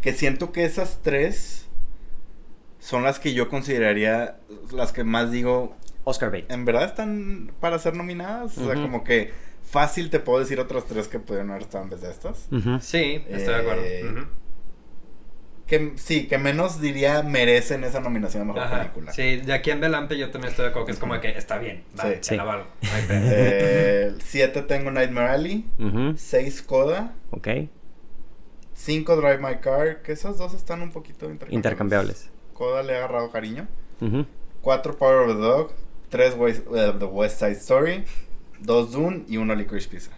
S2: que siento que esas tres son las que yo consideraría las que más digo,
S1: Oscar Bates.
S2: en verdad están para ser nominadas. O sea,
S1: Ujú.
S2: como que Fácil te puedo decir otras tres que pudieron haber estado en vez de estas.
S3: Em.
S1: Ujú.
S3: Sí, estoy de acuerdo.
S2: Eh,
S3: Ujú.
S2: Que sí, que menos diría merecen esa nominación a mejor
S3: Ajá,
S2: película.
S3: Sí, de aquí en adelante yo también estoy de acuerdo que es como que está bien, va,
S2: Sí.
S3: te
S1: Sí.
S3: la valgo. no hay pedo.
S2: Eh, siete tengo Nightmare Alley.
S1: Ujú.
S2: 6 Coda.
S1: Ok.
S2: 5 Drive My Car. Que esas dos están un poquito intercambiables.
S1: Intercambiables.
S2: Coda le ha agarrado cariño.
S1: Ujú.
S2: 4 Power of the Dog. 3 The West Side Story. 2 Dune y 1 Licorice Pizza.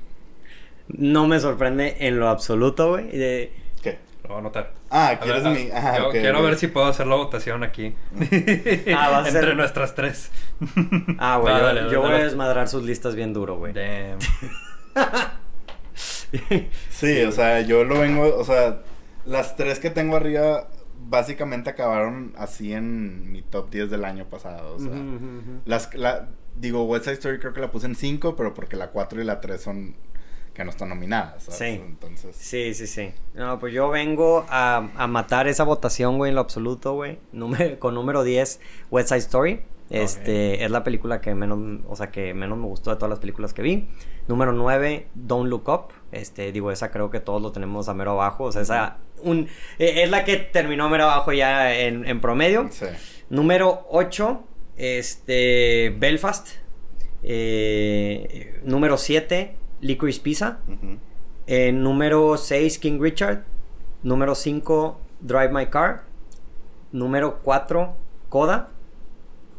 S1: No me sorprende en lo absoluto, güey. Eh,
S2: ¿Qué?
S3: Lo voy a anotar.
S2: Ah,
S3: A
S2: ¿quieres
S3: ver,
S2: mi...?
S3: ah,
S2: Ah,
S3: yo
S2: ok,
S3: quiero
S2: ok.
S3: ver si puedo hacer la votación aquí.
S1: Ah, va a
S3: Entre
S1: ser-
S3: nuestras tres.
S1: Ah, güey.
S3: Va,
S1: yo
S3: dale,
S1: yo
S3: dale,
S1: voy a
S3: dale.
S1: desmadrar sus listas bien duro, güey.
S3: Damn.
S2: Sí, o sea, yo lo vengo... O sea, las tres que tengo arriba básicamente acabaron así en mi top 10 del año pasado. O sea,
S1: Ujú, ujú, ujú.
S2: Las, la, digo, West Side Story creo que la puse en 5, pero porque la 4 y la 3 son que no están nominadas. ¿sabes?
S1: Sí.
S2: Entonces,
S1: Sí, sí, sí. No, pues yo vengo a, a matar esa votación, güey, en lo absoluto, güey. Número- con número 10, West Side Story. Este, es la película que menos, o sea, que menos me gustó de todas las películas que vi. Número 9, Don't Look Up. Este, digo, esa creo que todos lo tenemos a mero abajo. O sea, esa un, eh, es la que terminó mero abajo ya en, en promedio.
S2: sí.
S1: Número 8, este, Belfast. Eh, número 7, Licorice Pizza.
S2: Ujú.
S1: Eh, número 6, King Richard. Número 5, Drive My Car. Número 4, Coda.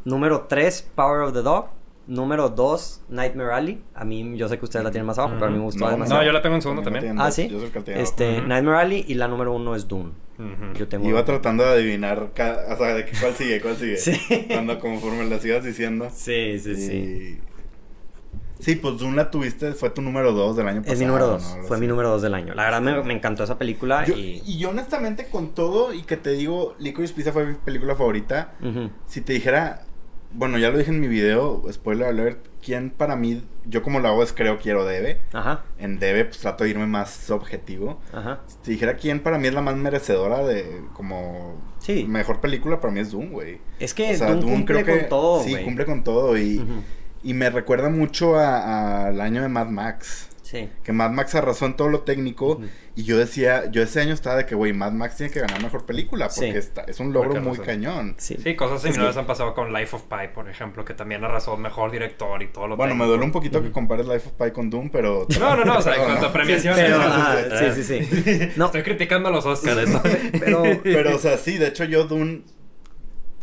S1: Número 3, Power of the Dog. Número 2, Nightmare Alley. A mí, yo sé que ustedes la tienen más abajo, pero a mí me gustó
S2: No,
S1: demasiado.
S3: No, yo la tengo en
S2: A mí
S3: segundo
S2: me
S3: también.
S2: tienen
S1: Ah,
S2: dos,
S1: sí.
S2: Yo soy el que la tiene
S1: Este,
S3: Ujú.
S1: Nightmare Alley y la número 1 es Dune.
S3: Ujú.
S1: Yo tengo.
S2: Iba tratando de adivinar, ca- o sea, de que cuál sigue, cuál sigue.
S1: Sí.
S2: Cuando conforme las ibas diciendo.
S1: Sí, sí, sí.
S2: Y- Sí, pues Dune la tuviste, fue tu número 2 del año pasado.
S1: Es mi número
S2: ¿no?
S1: 2.
S2: Algo
S1: Fue
S2: así.
S1: mi número 2 del año. La verdad me, me encantó esa película
S2: Yo-
S1: y.
S2: y yo honestamente con todo y que te digo, Licorice Pizza fue mi película favorita.
S1: Ujú.
S2: Si te dijera, bueno, ya lo dije en mi video, spoiler alert, quién para mí, yo como lo hago es creo, quiero, debe.
S1: Ajá,
S2: En debe, pues trato de irme más objetivo.
S1: ajá.
S2: Si te dijera quién para mí es la más merecedora de como
S1: Sí.
S2: mejor película, para mí es Doom, güey.
S1: Es que
S2: O sea,
S1: Dune,
S2: Dune
S1: cumple
S2: creo que-
S1: con todo,
S2: Sí,
S1: güey.
S2: cumple con todo. Y,
S1: Ujú.
S2: y me recuerda mucho a- al año de Mad Max.
S1: Sí.
S2: Que Mad Max arrasó en todo lo técnico.
S1: Ujú.
S2: Y yo decía, yo ese año estaba de que, güey, Mad Max tiene que ganar mejor película.
S1: Sí.
S2: Porque está- es un logro
S3: Porque
S2: muy
S3: arrasó.
S2: cañón.
S1: Sí.
S3: Sí, cosas similares han pasado con Life of Pi, por ejemplo, que también arrasó mejor director y todo lo
S2: Bueno, me
S3: técnico.
S2: duele un poquito
S1: Ujú.
S2: que compares Life of Pi con Doom, pero...
S3: No, no, no, o sea, en cuanto a
S1: Sí,
S3: premiaciones.
S1: pero,
S3: o sea,
S1: ajá,
S3: eh,
S1: sí, sí, sí. No,
S3: Estoy criticando a los Oscars. ¿no?
S1: pero
S2: Pero, o sea, sí, de hecho yo Dune,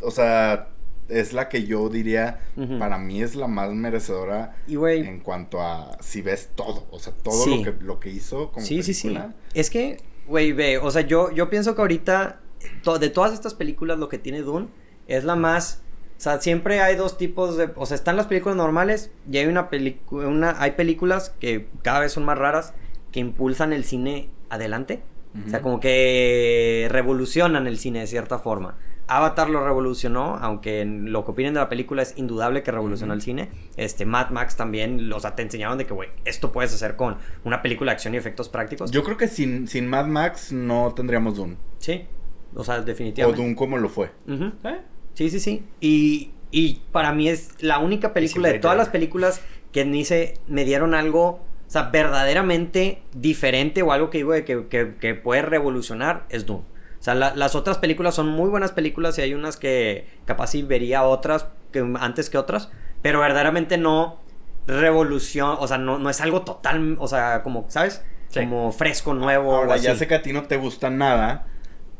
S2: o sea, es la que yo diría,
S1: Ujú.
S2: para mí es la más merecedora
S1: y güey,
S2: en cuanto a si ves todo, o sea, todo
S1: Sí.
S2: lo, que, lo que hizo como
S1: sí, sí, sí.
S2: película.
S1: Es que güey, ve, o sea, yo yo pienso que ahorita to- de todas estas películas lo que tiene Dune es la más o sea, siempre hay dos tipos de, o sea, están las películas normales y hay una película una hay películas que cada vez son más raras que impulsan el cine adelante. O sea,
S2: Ujú.
S1: como que revolucionan el cine de cierta forma. Avatar lo revolucionó, aunque en lo que opinen de la película es indudable que revolucionó el cine. Este, Mad Max también, o sea, te enseñaron de que, güey, esto puedes hacer con una película de acción y efectos prácticos.
S2: Yo creo que sin, sin Mad Max no tendríamos Dune,
S1: Sí, o sea,
S2: o
S1: definitivamente.
S2: Dune como lo fue.
S1: Ujú.
S3: ¿Eh?
S1: Sí, sí, sí. Y, y para mí es la única película de
S3: Blade
S1: todas
S3: Runner.
S1: las películas que me, hice, me dieron algo, o sea, verdaderamente diferente o algo que digo de que, que- que puede revolucionar es Doom. O sea, la- las otras películas son muy buenas películas y hay unas que capaz sí vería otras que, antes que otras, pero verdaderamente no revolución, o sea, no, no es algo total, o sea, como, ¿sabes?
S3: Sí.
S1: Como fresco, nuevo.
S2: Ahora,
S1: o
S2: ya
S1: así.
S2: sé que a ti no te gusta nada,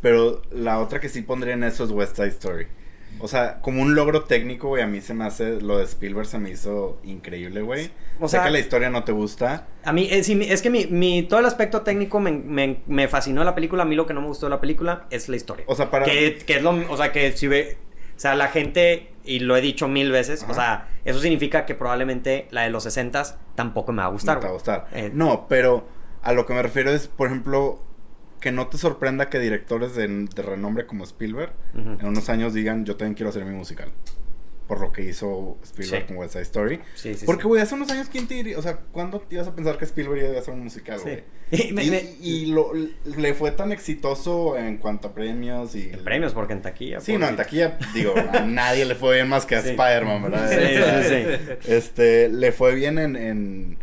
S2: pero la otra que sí pondría en eso es West Side Story. O sea, como un logro técnico, güey, a mí se me hace, lo de Spielberg se me hizo increíble, güey.
S1: O
S2: O
S1: sea-
S2: sea, que la historia no te gusta.
S1: A mí, eh, sí, mi- es que mi, mi- todo el aspecto técnico me, me- me fascinó la película. A mí lo que no me gustó de la película es la historia.
S2: O sea, para...
S1: que, que es lo, o sea, que si ve, o sea, la gente, y lo he dicho mil veces, o
S2: Ajá.
S1: sea, eso significa que probablemente la de los 60 tampoco me va a gustar.
S2: no te va a
S1: güey.
S2: gustar.
S1: Eh.
S2: No, pero a lo que me refiero es, por ejemplo, que no te sorprenda que directores de, de renombre como Spielberg
S1: Ujú.
S2: en unos años digan, yo también quiero hacer mi musical. Por lo que hizo Spielberg
S1: Sí.
S2: con West Side Story.
S1: Sí, sí,
S2: Porque,
S1: sí.
S2: güey, hace unos años, ¿quién te diría? O sea, ¿cuándo te ibas a pensar que Spielberg iba a hacer un musical, güey?
S1: Sí. Y me-
S2: y
S1: me-
S2: y lo- le fue tan exitoso en cuanto a premios y...
S1: premios, porque en taquilla.
S2: Sí,
S1: por-
S2: no, en taquilla, digo, a nadie le fue bien más que a Este,
S1: Sí.
S2: Spider-Man, ¿verdad?
S1: Sí, sí, sí.
S2: Este, le fue bien en, en,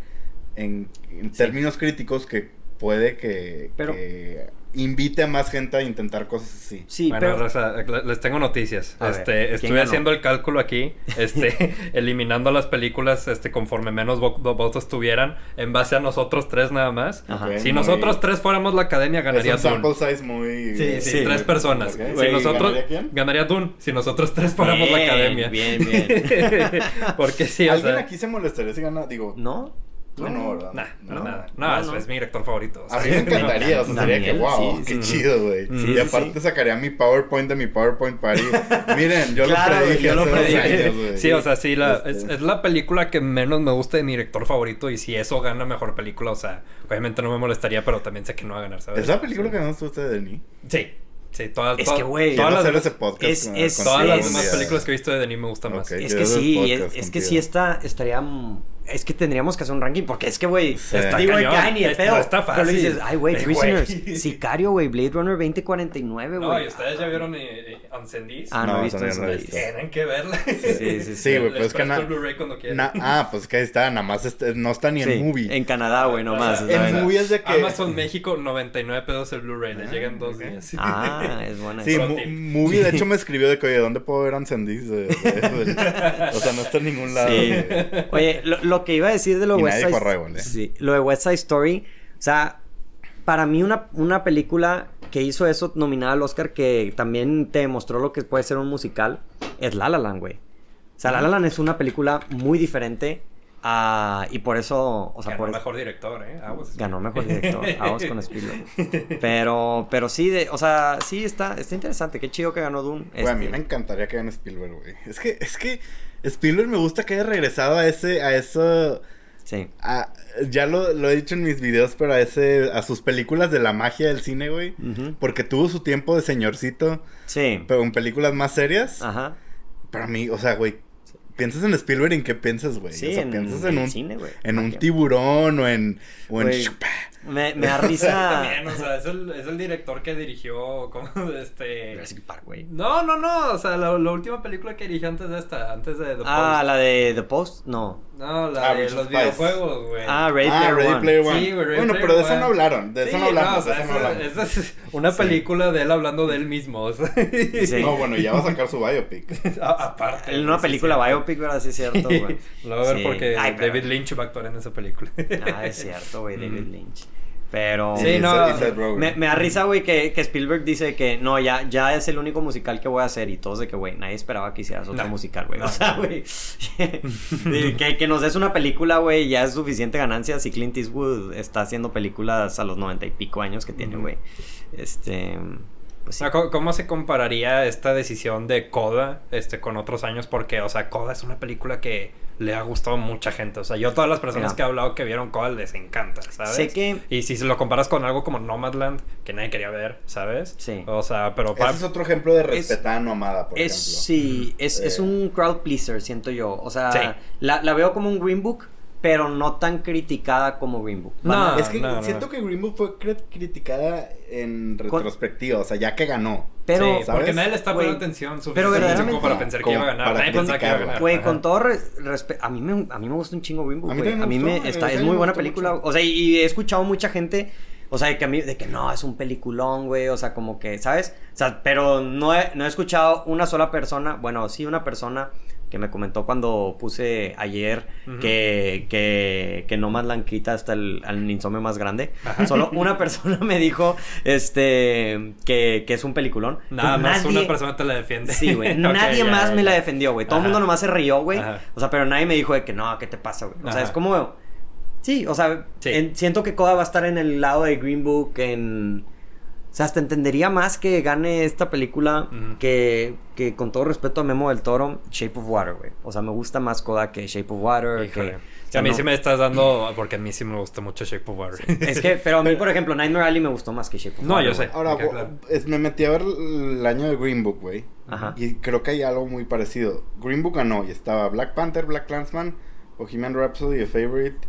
S2: en, en términos críticos que puede que,
S1: Pero-
S2: que invite a más gente a intentar cosas así.
S1: Sí,
S3: bueno,
S1: pero...
S3: raza, le- les tengo noticias.
S1: A ver,
S3: este,
S1: ¿quién
S3: estuve
S1: ganó?
S3: haciendo el cálculo aquí, este, eliminando las películas, este, conforme menos vo- vo- votos tuvieran, en base a nosotros tres nada más.
S1: Ajá.
S2: Ok.
S3: Si
S2: Muy-
S3: nosotros tres fuéramos la academia,
S2: Es
S3: ganaría
S2: un sample
S3: Dune.
S2: size muy...
S3: Sí, sí,
S1: Sí.
S3: tres personas.
S2: Ok.
S3: Si
S1: Güey,
S3: nosotros
S2: ¿ganaría quién?
S3: ganaría Dune, si nosotros tres fuéramos la
S1: Bien,
S3: academia.
S1: Bien, bien.
S3: Porque sí, o
S2: ¿Alguien
S1: ¿eh?
S3: sea,
S2: aquí se molestaría si gana? Digo,
S1: ¿No?
S2: tú no, ¿verdad?
S3: nah, no,
S2: No.
S3: nada. No,
S1: No,
S3: es,
S1: no.
S3: es mi director favorito. o sea.
S2: A mí me encantaría, o sea, sería que
S1: Daniel,
S2: wow,
S1: sí,
S2: qué
S1: sí. Mm-hmm.
S2: chido, güey.
S1: Sí,
S2: y
S1: sí,
S2: aparte
S1: sí.
S2: sacaría mi PowerPoint de mi Powerpoint party. Miren, yo
S1: Claro,
S2: lo
S1: güey,
S2: predije
S1: yo lo
S2: hace unos
S1: predije.
S2: años, güey.
S3: Sí, o sea, sí, la,
S2: Este.
S3: es, es la película que menos me gusta de mi director favorito y si eso gana mejor película, o sea, obviamente no me molestaría, pero también sé que no va a ganar, ¿sabes?
S2: ¿Es la película que más te gusta de Denis?
S3: Sí, sí, todas,
S1: Es
S3: todas-
S1: que, güey,
S2: Quiero
S3: todas,
S2: hacer
S3: las,
S2: ese podcast.
S1: es-
S2: con-
S1: es-
S2: con
S3: todas las
S2: Steven
S3: demás
S2: Díaz.
S3: películas que he visto de Denis me gustan más.
S2: Ok.
S1: Es que
S2: Quiero
S1: sí,
S2: el
S1: es,
S2: podcast
S1: es que
S2: contigo.
S1: sí está, estaría... mm, Es que tendríamos que hacer un ranking porque es que, güey...
S2: Sí.
S1: Está
S2: Está
S1: digo,
S3: cañón,
S1: cae ni de
S3: es-
S1: pedo.
S3: no está
S1: Pero le
S3: fácil.
S1: dices, ay, güey,
S3: Ay,
S1: Prisoners,
S3: güey.
S1: Sicario, güey, Blade Runner 2049, güey.
S3: No, y ustedes ya Eh, vieron eh, eh, Uncendís.
S1: Ah, no,
S2: No,
S1: he visto
S2: todavía no
S1: eso,
S2: he
S1: no he
S2: visto.
S1: visto.
S3: Tienen que verla.
S1: Sí, sí, sí.
S2: Sí, güey,
S3: Les
S2: pero es que
S3: presto
S2: na-
S3: el Blu-ray cuando quieran.
S2: na- Ah, pues que ahí está, nada más este- no está ni
S1: Sí,
S2: en movie.
S1: En Canadá, Ah, güey, nomás.
S3: O sea,
S1: ¿sabes?
S2: en movie es de que.
S3: Amazon México, 99 pedos el Blu-ray, les
S2: Ah,
S3: llegan dos
S2: ok.
S3: días.
S1: Ah, es buena.
S2: Sí,
S1: esa.
S3: Pro
S2: mu-
S3: tip.
S2: Movie de hecho me escribió de que, oye, ¿dónde puedo ver Ancendiz? O sea, no está en ningún lado.
S1: Sí.
S2: güey.
S1: Oye, lo, lo que iba a decir de lo
S2: Y
S1: West
S2: nadie ¿eh?
S1: Side
S2: corre, güey.
S1: Sí, lo de West Side Story, o sea, para mí una, una película que hizo eso nominada al Oscar que también te demostró lo que puede ser un musical es La La Land, güey. O sea, La La Land es una película muy diferente a- y por eso, o sea,
S3: Ganó
S1: por
S3: mejor director, ¿eh? Aguas.
S1: ganó mejor director, aguas con Spielberg. Pero pero sí, de- o sea, sí está está interesante, qué chido que ganó Dune.
S2: Güey, a mí
S1: este.
S2: me encantaría que gane Spielberg, güey. Es que, es que Spielberg me gusta que haya regresado a ese, a eso,
S1: Sí.
S2: a- ya lo, lo he dicho en mis videos, pero a ese, a sus películas de la magia del cine, güey.
S1: Ujú.
S2: Porque tuvo su tiempo de señorcito,
S1: Sí.
S2: pero en películas más serias.
S1: Ajá.
S2: Para mí, o sea, güey, piensas en Spielberg, ¿en qué piensas, güey?
S1: Sí,
S2: o sea,
S1: en,
S2: piensas en
S1: el
S2: un,
S1: cine, güey.
S2: en un
S1: Aquí.
S2: tiburón o en, o en
S1: Güey.
S2: Chupa.
S1: Me, me da risa.
S3: También, o sea, es el, es el director que dirigió, como, este...
S1: Jurassic Park, güey.
S3: No, no, no, o sea, la, la última película que dirigió antes de esta, antes de The
S1: Ah,
S3: Post.
S1: la de The Post, no.
S3: No, la
S2: Ah,
S3: de
S2: Richard
S3: los
S2: Spice.
S3: videojuegos, güey.
S1: Ah, Ready
S2: ah,
S1: Player
S2: Ready
S1: One.
S2: Player One.
S3: Sí, güey, Ready
S2: bueno,
S3: Player
S2: pero de eso
S3: One.
S2: no hablaron, de eso
S3: Sí,
S2: no hablamos,
S3: o sea,
S2: de eso no
S3: esa-
S2: hablamos.
S3: esa es una
S2: Sí.
S3: película de él hablando de él mismo. o sea.
S1: Sí.
S2: No, bueno, ya va a sacar su biopic.
S3: A- aparte.
S1: En una
S3: sí,
S1: película
S3: cierto.
S1: biopic, ¿verdad? Sí, es cierto, güey.
S3: Lo voy a ver
S1: Sí.
S3: porque
S1: Ay, pero-
S3: David Lynch va a actuar en esa película.
S1: Ah, es cierto, güey, David
S3: Mm.
S1: Lynch. Pero.
S3: Sí,
S2: Y
S3: no,
S2: Seth- y Seth Rogen.
S1: Me, me da risa, güey, que, que Spielberg dice que no, ya, ya es el único musical que voy a hacer. Y todos de que, güey, nadie esperaba que hicieras otro
S3: No.
S1: musical, güey.
S3: No,
S1: o sea,
S3: no.
S1: güey. de que, que nos des una película, güey, ya es suficiente ganancia. Si Clint Eastwood está haciendo películas a los noventa y pico años que tiene,
S3: Ujú.
S1: güey. Este. Pues sí.
S3: O sea, ¿cómo, cómo se compararía esta decisión de Coda este, con otros años? Porque, o sea, Coda es una película que le ha gustado a mucha gente. O sea, yo a todas las personas
S1: Mira.
S3: que he hablado que vieron Coda les encanta, ¿sabes?
S1: Sé que.
S3: Y si lo comparas con algo como Nomadland, que nadie quería ver, ¿sabes?
S1: Sí.
S3: O sea, pero para...
S2: Ese es otro ejemplo de
S1: Es-
S2: respetar a Nomada, por
S1: Es,
S2: ejemplo.
S1: sí, es, es
S2: Eh.
S1: un crowd pleaser, siento yo. O sea,
S3: Sí.
S1: la, la veo como un Green Book, pero no tan criticada como Green Book. Van a-
S3: No,
S2: Es que
S3: Ah, no, no.
S2: siento que Green Book fue cri- criticada en
S1: Con-
S2: retrospectiva, o sea, ya que ganó.
S1: pero,
S3: Sí, porque
S2: ¿sabes?
S3: nadie le está poniendo
S1: Güey,
S3: atención
S1: pero
S3: suficiente
S1: verdaderamente-
S3: como para pensar que
S2: Como
S3: iba a ganar.
S2: para
S3: Nadie pensaba que iba a
S2: criticarlo.
S3: ganar.
S1: Güey,
S3: Ajá.
S1: con todo respeto, a mí me a mí me gusta un chingo Green Book,
S2: A mí
S1: güey.
S2: también
S1: A
S2: me
S1: mí me
S2: gustó, eh,
S1: está
S2: ese
S1: es
S2: me
S1: muy buena
S2: gustó
S1: película,
S2: mucho.
S1: o sea, y, y he escuchado mucha gente, o sea, de que a mí de que no, es un peliculón, güey, o sea, como que, ¿sabes? O sea, pero no he, no he escuchado una sola persona, bueno, sí una persona que me comentó cuando puse ayer
S3: Ujú.
S1: que, que, que no más quita hasta el al insomnio más grande.
S3: Ajá.
S1: Solo una persona me dijo este que, que es un peliculón.
S3: Nada más
S1: Nadie-
S3: una persona te la defiende.
S1: Sí, güey.
S3: Ok,
S1: Nadie
S3: ya,
S1: más
S3: ya,
S1: me la
S3: ya.
S1: defendió, güey. Todo el
S3: Ajá.
S1: mundo nomás se rió, güey.
S3: Ajá.
S1: O sea, pero nadie me dijo de que no, ¿qué te pasa, güey? O sea,
S3: Ajá.
S1: es como. Sí, o sea,
S3: Sí.
S1: en- siento que Coda va a estar en el lado de Green Book, en. O sea, hasta entendería más que gane esta película
S3: Ujú.
S1: que, que, con todo respeto a Memo del Toro, Shape of Water, güey. O sea, me gusta más Coda que Shape of Water.
S3: Híjole.
S1: que-
S3: Sí,
S1: o sea,
S3: a mí
S1: no.
S3: sí me estás dando... Porque a mí sí me gusta mucho Shape of Water.
S1: Es que, pero a mí, por ejemplo, Nightmare Alley me gustó más que Shape of
S3: No,
S1: Water.
S3: yo sé.
S2: Ahora,
S3: Ok,
S2: bo-
S3: claro.
S2: es- me metí a ver el año de Green Book, güey.
S1: Ajá.
S2: Y creo que hay algo muy parecido. Green Book ganó y estaba Black Panther, Black Clansman, Bohemian Rhapsody, The Favorite.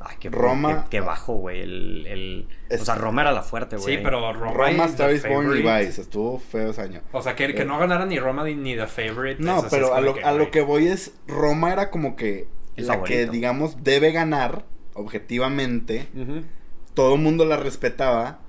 S1: Ay, qué,
S2: Roma-
S1: Qué, qué bajo, güey. El, el-
S2: Es-
S1: O sea, Roma era la fuerte, Este güey.
S3: Sí, pero Roma,
S2: Roma,
S3: y
S2: Star
S3: The
S2: is Born y
S3: Favourite.
S2: Vice. Estuvo feo ese año.
S3: O sea, que, que no ganara ni Roma ni, ni The Favorite.
S2: No,
S3: eso sí es
S2: pero a
S3: como
S2: lo, a lo
S3: güey.
S2: que voy es, Roma era como que
S1: El
S2: la
S1: favorito.
S2: que, digamos, debe ganar. objetivamente, todo el mundo la respetaba.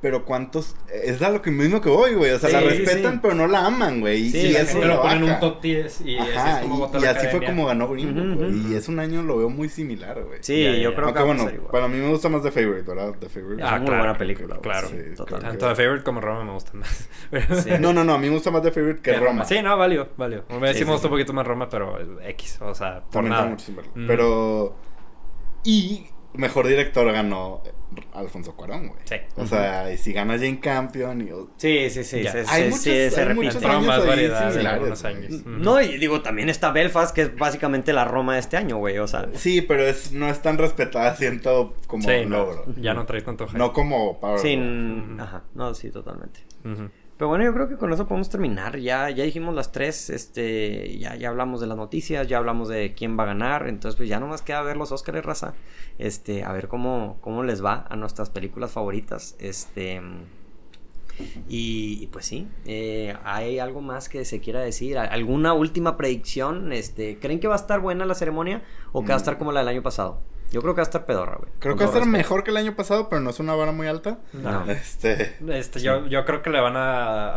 S2: Pero cuántos. Es a lo que mismo que voy, güey. O sea,
S1: Sí,
S2: la
S1: sí,
S2: respetan,
S1: sí.
S2: pero no la aman, güey. Y-
S1: Sí,
S2: y
S1: la
S2: eso
S1: gente
S2: lo
S3: lo ponen
S2: baja.
S3: un top 10 y así es
S2: Ajá,
S3: como
S2: y-
S3: votó
S2: y,
S3: la
S2: así fue
S3: academia.
S2: como ganó Gringo,
S1: Ujú,
S2: güey,
S1: ujú.
S2: Y es un año lo veo muy similar, güey.
S1: Sí,
S3: Ya, ya,
S1: yo
S3: ya.
S1: creo que
S2: Aunque
S1: va a
S2: bueno,
S1: pasar igual.
S2: para mí me gusta más The Favorite, ¿verdad? The Favorite.
S1: Es
S3: Ah,
S1: muy
S3: claro,
S1: buena película. güey.
S3: claro.
S1: Sí,
S2: Sí,
S1: totalmente.
S2: creo
S3: Tanto de Favorite como Roma me gustan más. Pero-
S1: Sí.
S2: No, no, no, a mí me gusta más The Favorite que
S3: que
S2: Roma.
S3: Sí, no, valió, valió. Me
S1: Sí,
S3: sí,
S1: sí,
S3: me gustó
S1: sí.
S3: un poquito más Roma, pero X, o sea, por
S2: También
S3: nada.
S2: tengo mucho sin verlo.
S3: Mm.
S2: Pero. Y mejor director ganó Alfonso Cuarón, güey.
S3: Sí.
S2: O sea, y si gana Jane Campion y.
S1: Sí, sí, sí.
S3: Ya.
S1: Se,
S2: Hay
S1: se-
S2: muchos-
S1: sí, se
S2: hay
S1: repite.
S2: muchos
S3: Entró
S2: años
S3: más
S2: ahí
S3: variedad en
S2: similares,
S3: algunos
S2: güey.
S3: años. Ujú.
S1: No, y digo, también está Belfast, que es básicamente la Roma de este año, güey. O sea,
S2: Sí, pero es, no es tan respetada, siento, como
S3: Sí, no,
S2: logro.
S3: ya no traes tanto hype.
S2: No como Power.
S1: sin.
S3: Ujú.
S1: Ajá, no, sí, totalmente.
S3: Ujú.
S1: Pero bueno, yo creo que con eso podemos terminar. Ya, ya dijimos las tres, este, ya, ya hablamos de las noticias, ya hablamos de quién va a ganar. Entonces, pues ya nomás queda ver los Óscares, raza. Este, a ver cómo, cómo les va a nuestras películas favoritas. Este. Y, y pues sí, eh, ¿hay algo más que se quiera decir? ¿Al- ¿Alguna última predicción? Este, ¿Creen que va a estar buena la ceremonia o que va a estar como la del año pasado? Yo creo que va a estar pedorra, güey.
S2: Mm. Creo
S1: con
S2: que va a
S1: todo
S2: estar
S1: respeto.
S2: mejor que el año pasado, pero no es una vara muy alta.
S1: No.
S2: Este.
S3: Este, yo, yo creo que le van a,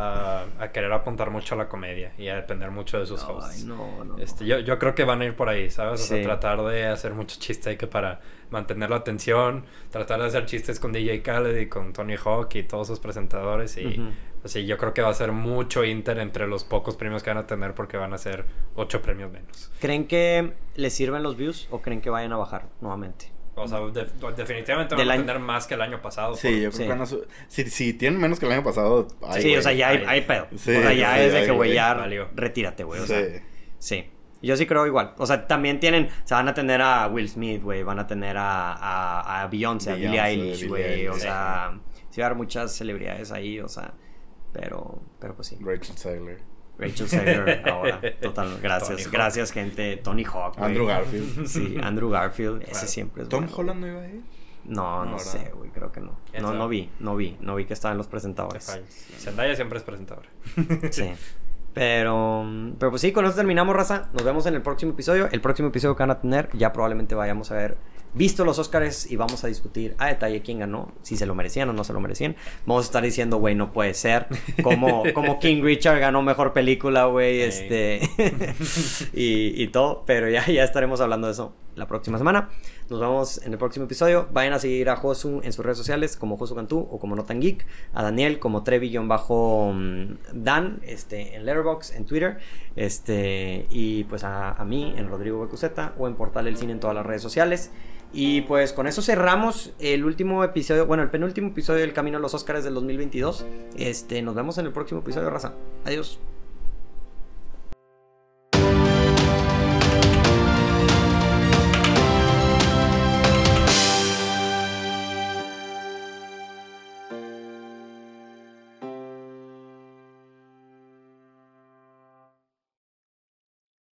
S3: a- a querer apuntar mucho a la comedia y a depender mucho de sus
S1: Ay,
S3: hosts.
S1: no, no, no.
S3: Este, yo, yo creo que van a ir por ahí, ¿sabes? O sea,
S1: Sí.
S3: tratar de hacer mucho chiste que para mantener la atención, tratar de hacer chistes con DJ Khaled y con Tony Hawk y todos sus presentadores y
S1: Ujú.
S3: así yo creo que va a ser mucho inter entre los pocos premios que van a tener porque van a ser ocho premios menos.
S1: ¿Creen que les sirven los views o creen que vayan a bajar nuevamente?
S3: O sea, de- definitivamente van
S1: Del
S3: a
S1: año-
S3: tener más que el año pasado.
S2: Sí, yo creo
S1: Sí.
S2: que van a su- si, si tienen menos que el año pasado. ay,
S1: sí,
S2: güey.
S1: o sea, ya hay,
S3: ay.
S1: hay pedo.
S2: Sí,
S1: o sea, ya
S2: sí,
S1: es de
S2: ay,
S1: que, güey,
S2: güey,
S1: ya
S3: valió.
S1: retírate, güey. O
S2: Sí.
S1: sea, sí. Yo sí creo igual. O sea, también tienen, se van a tener a Will Smith, güey, van a tener a, a, a Beyoncé, a Billie
S2: Beyoncé,
S1: Eilish,
S2: Billie
S1: güey. O
S2: Eilish.
S1: sea, sí va a haber muchas celebridades ahí, o sea, pero, pero pues sí.
S2: Rachel Taylor.
S1: Rachel Sager ahora, total,
S3: Tony
S1: gracias,
S3: Hawk.
S1: gracias gente. Tony Hawk, güey.
S2: Andrew Garfield.
S1: Sí, Andrew Garfield, ese
S3: Claro.
S1: siempre es
S2: Tom
S1: bueno, güey.
S2: Holland no iba a ir.
S1: No, no,
S2: No, ¿verdad?
S1: sé, güey, creo que no.
S3: ¿Quién
S1: No,
S3: sabe?
S1: no vi, no vi, no vi que estaban los
S3: Te
S1: presentadores.
S3: fallas. Zendaya siempre es presentadora.
S1: Sí. Pero, pero pues sí, con eso terminamos, raza. Nos vemos en el próximo episodio. El próximo episodio que van a tener, ya probablemente vayamos a haber visto los Oscars y vamos a discutir a detalle quién ganó, si se lo merecían o no se lo merecían. Vamos a estar diciendo, güey, no puede ser. Como, como King Richard ganó mejor película, güey, este.
S3: Ey.
S1: y, y todo. Pero ya, ya estaremos hablando de eso la próxima semana. Nos vemos en el próximo episodio. Vayan a seguir a Josu en sus redes sociales como Josu Cantú o como Notan Geek. A Daniel como Trevi-Dan este, en Letterboxd, en Twitter. Este, y pues a, a mí en Rodrigo Becuzeta o en Portal El Cine en todas las redes sociales. Y pues con eso cerramos el último episodio, bueno, el penúltimo episodio del Camino a los Óscares del 2022. Este, nos vemos en el próximo episodio, Raza. Adiós.